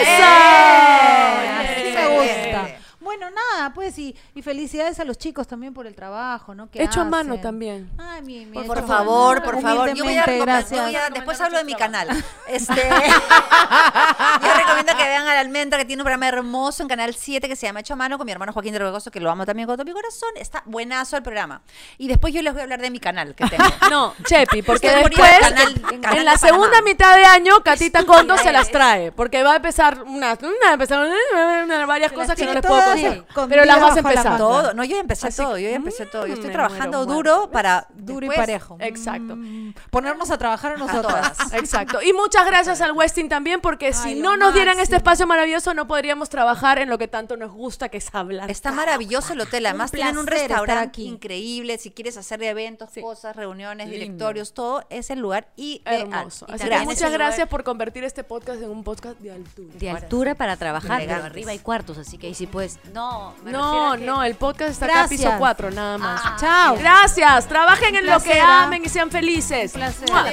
S4: ¡Eso!
S3: Así me gusta. Bueno, nada, pues, y, y felicidades a los chicos también por el trabajo, ¿no? Que
S4: Hecho a mano
S3: hacen.
S4: también.
S3: Ay, mi, mi
S2: Por,
S3: hecho a
S2: favor,
S3: mano.
S2: por favor. Yo voy a
S3: Humildemente,
S2: recomendar, yo voy
S3: gracias.
S2: a- después hablo de mi canal. Este, yo recomiendo que vean a la almendra que tiene un programa hermoso en Canal 7 que se llama Hecho a Mano con mi hermano Joaquín de Rogoso, que lo amo también con todo mi corazón. Está buenazo el programa. Y después yo les voy a hablar de mi canal que tengo.
S4: No, Chepi, porque
S2: Estoy
S4: después,
S2: poniendo el canal- el canal
S4: en la
S2: de
S4: segunda
S2: Panamá.
S4: mitad de año, Catita Condo se las trae. Porque va a empezar unas, una, empezar una- una- varias cosas que no
S3: tiene
S4: les puedo
S3: todas
S4: contar.
S3: escondidas
S4: Pero las vas a
S3: bajo la
S4: empezar.
S3: manga.
S2: Todo, no, yo ya empecé todo, yo ya empecé todo. Yo estoy
S4: me
S2: trabajando
S4: muero eh,
S2: duro para
S3: Duro y
S2: después
S3: parejo.
S4: Exacto.
S3: Mm, Ponernos a trabajar a
S2: a
S3: nosotras.
S2: todas.
S4: Exacto. Y muchas gracias al Westin también, porque si
S3: Ay,
S4: no
S3: lo
S4: nos dieran este
S3: máximo.
S4: espacio maravilloso, no podríamos trabajar en lo que tanto nos gusta, que es hablar.
S2: Está maravilloso el hotel, además tienen un
S3: placer estar
S2: restaurante
S3: aquí.
S2: increíble, si quieres hacer eventos, cosas, reuniones,
S6: Lindo.
S2: directorios, todo es el lugar eh, ah, y
S4: Hermoso. Así que
S5: también ese
S4: muchas
S5: lugar-
S4: gracias por convertir este podcast en un podcast de altura.
S5: De altura para trabajar, pero
S2: Elegantes.
S5: arriba hay cuartos, así que ahí sí puedes. No, me refiero
S4: No,
S5: a que-
S4: no, el podcast está acá
S3: Gracias.
S4: piso 4, nada más.
S3: Chao.
S4: Ah, Gracias, trabajen en lo que
S3: placer, ¿ah?
S4: amen y sean felices.
S3: Un placer.
S4: ¡Mua!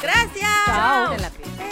S6: Gracias.
S3: Chao.
S6: Te la pierdes.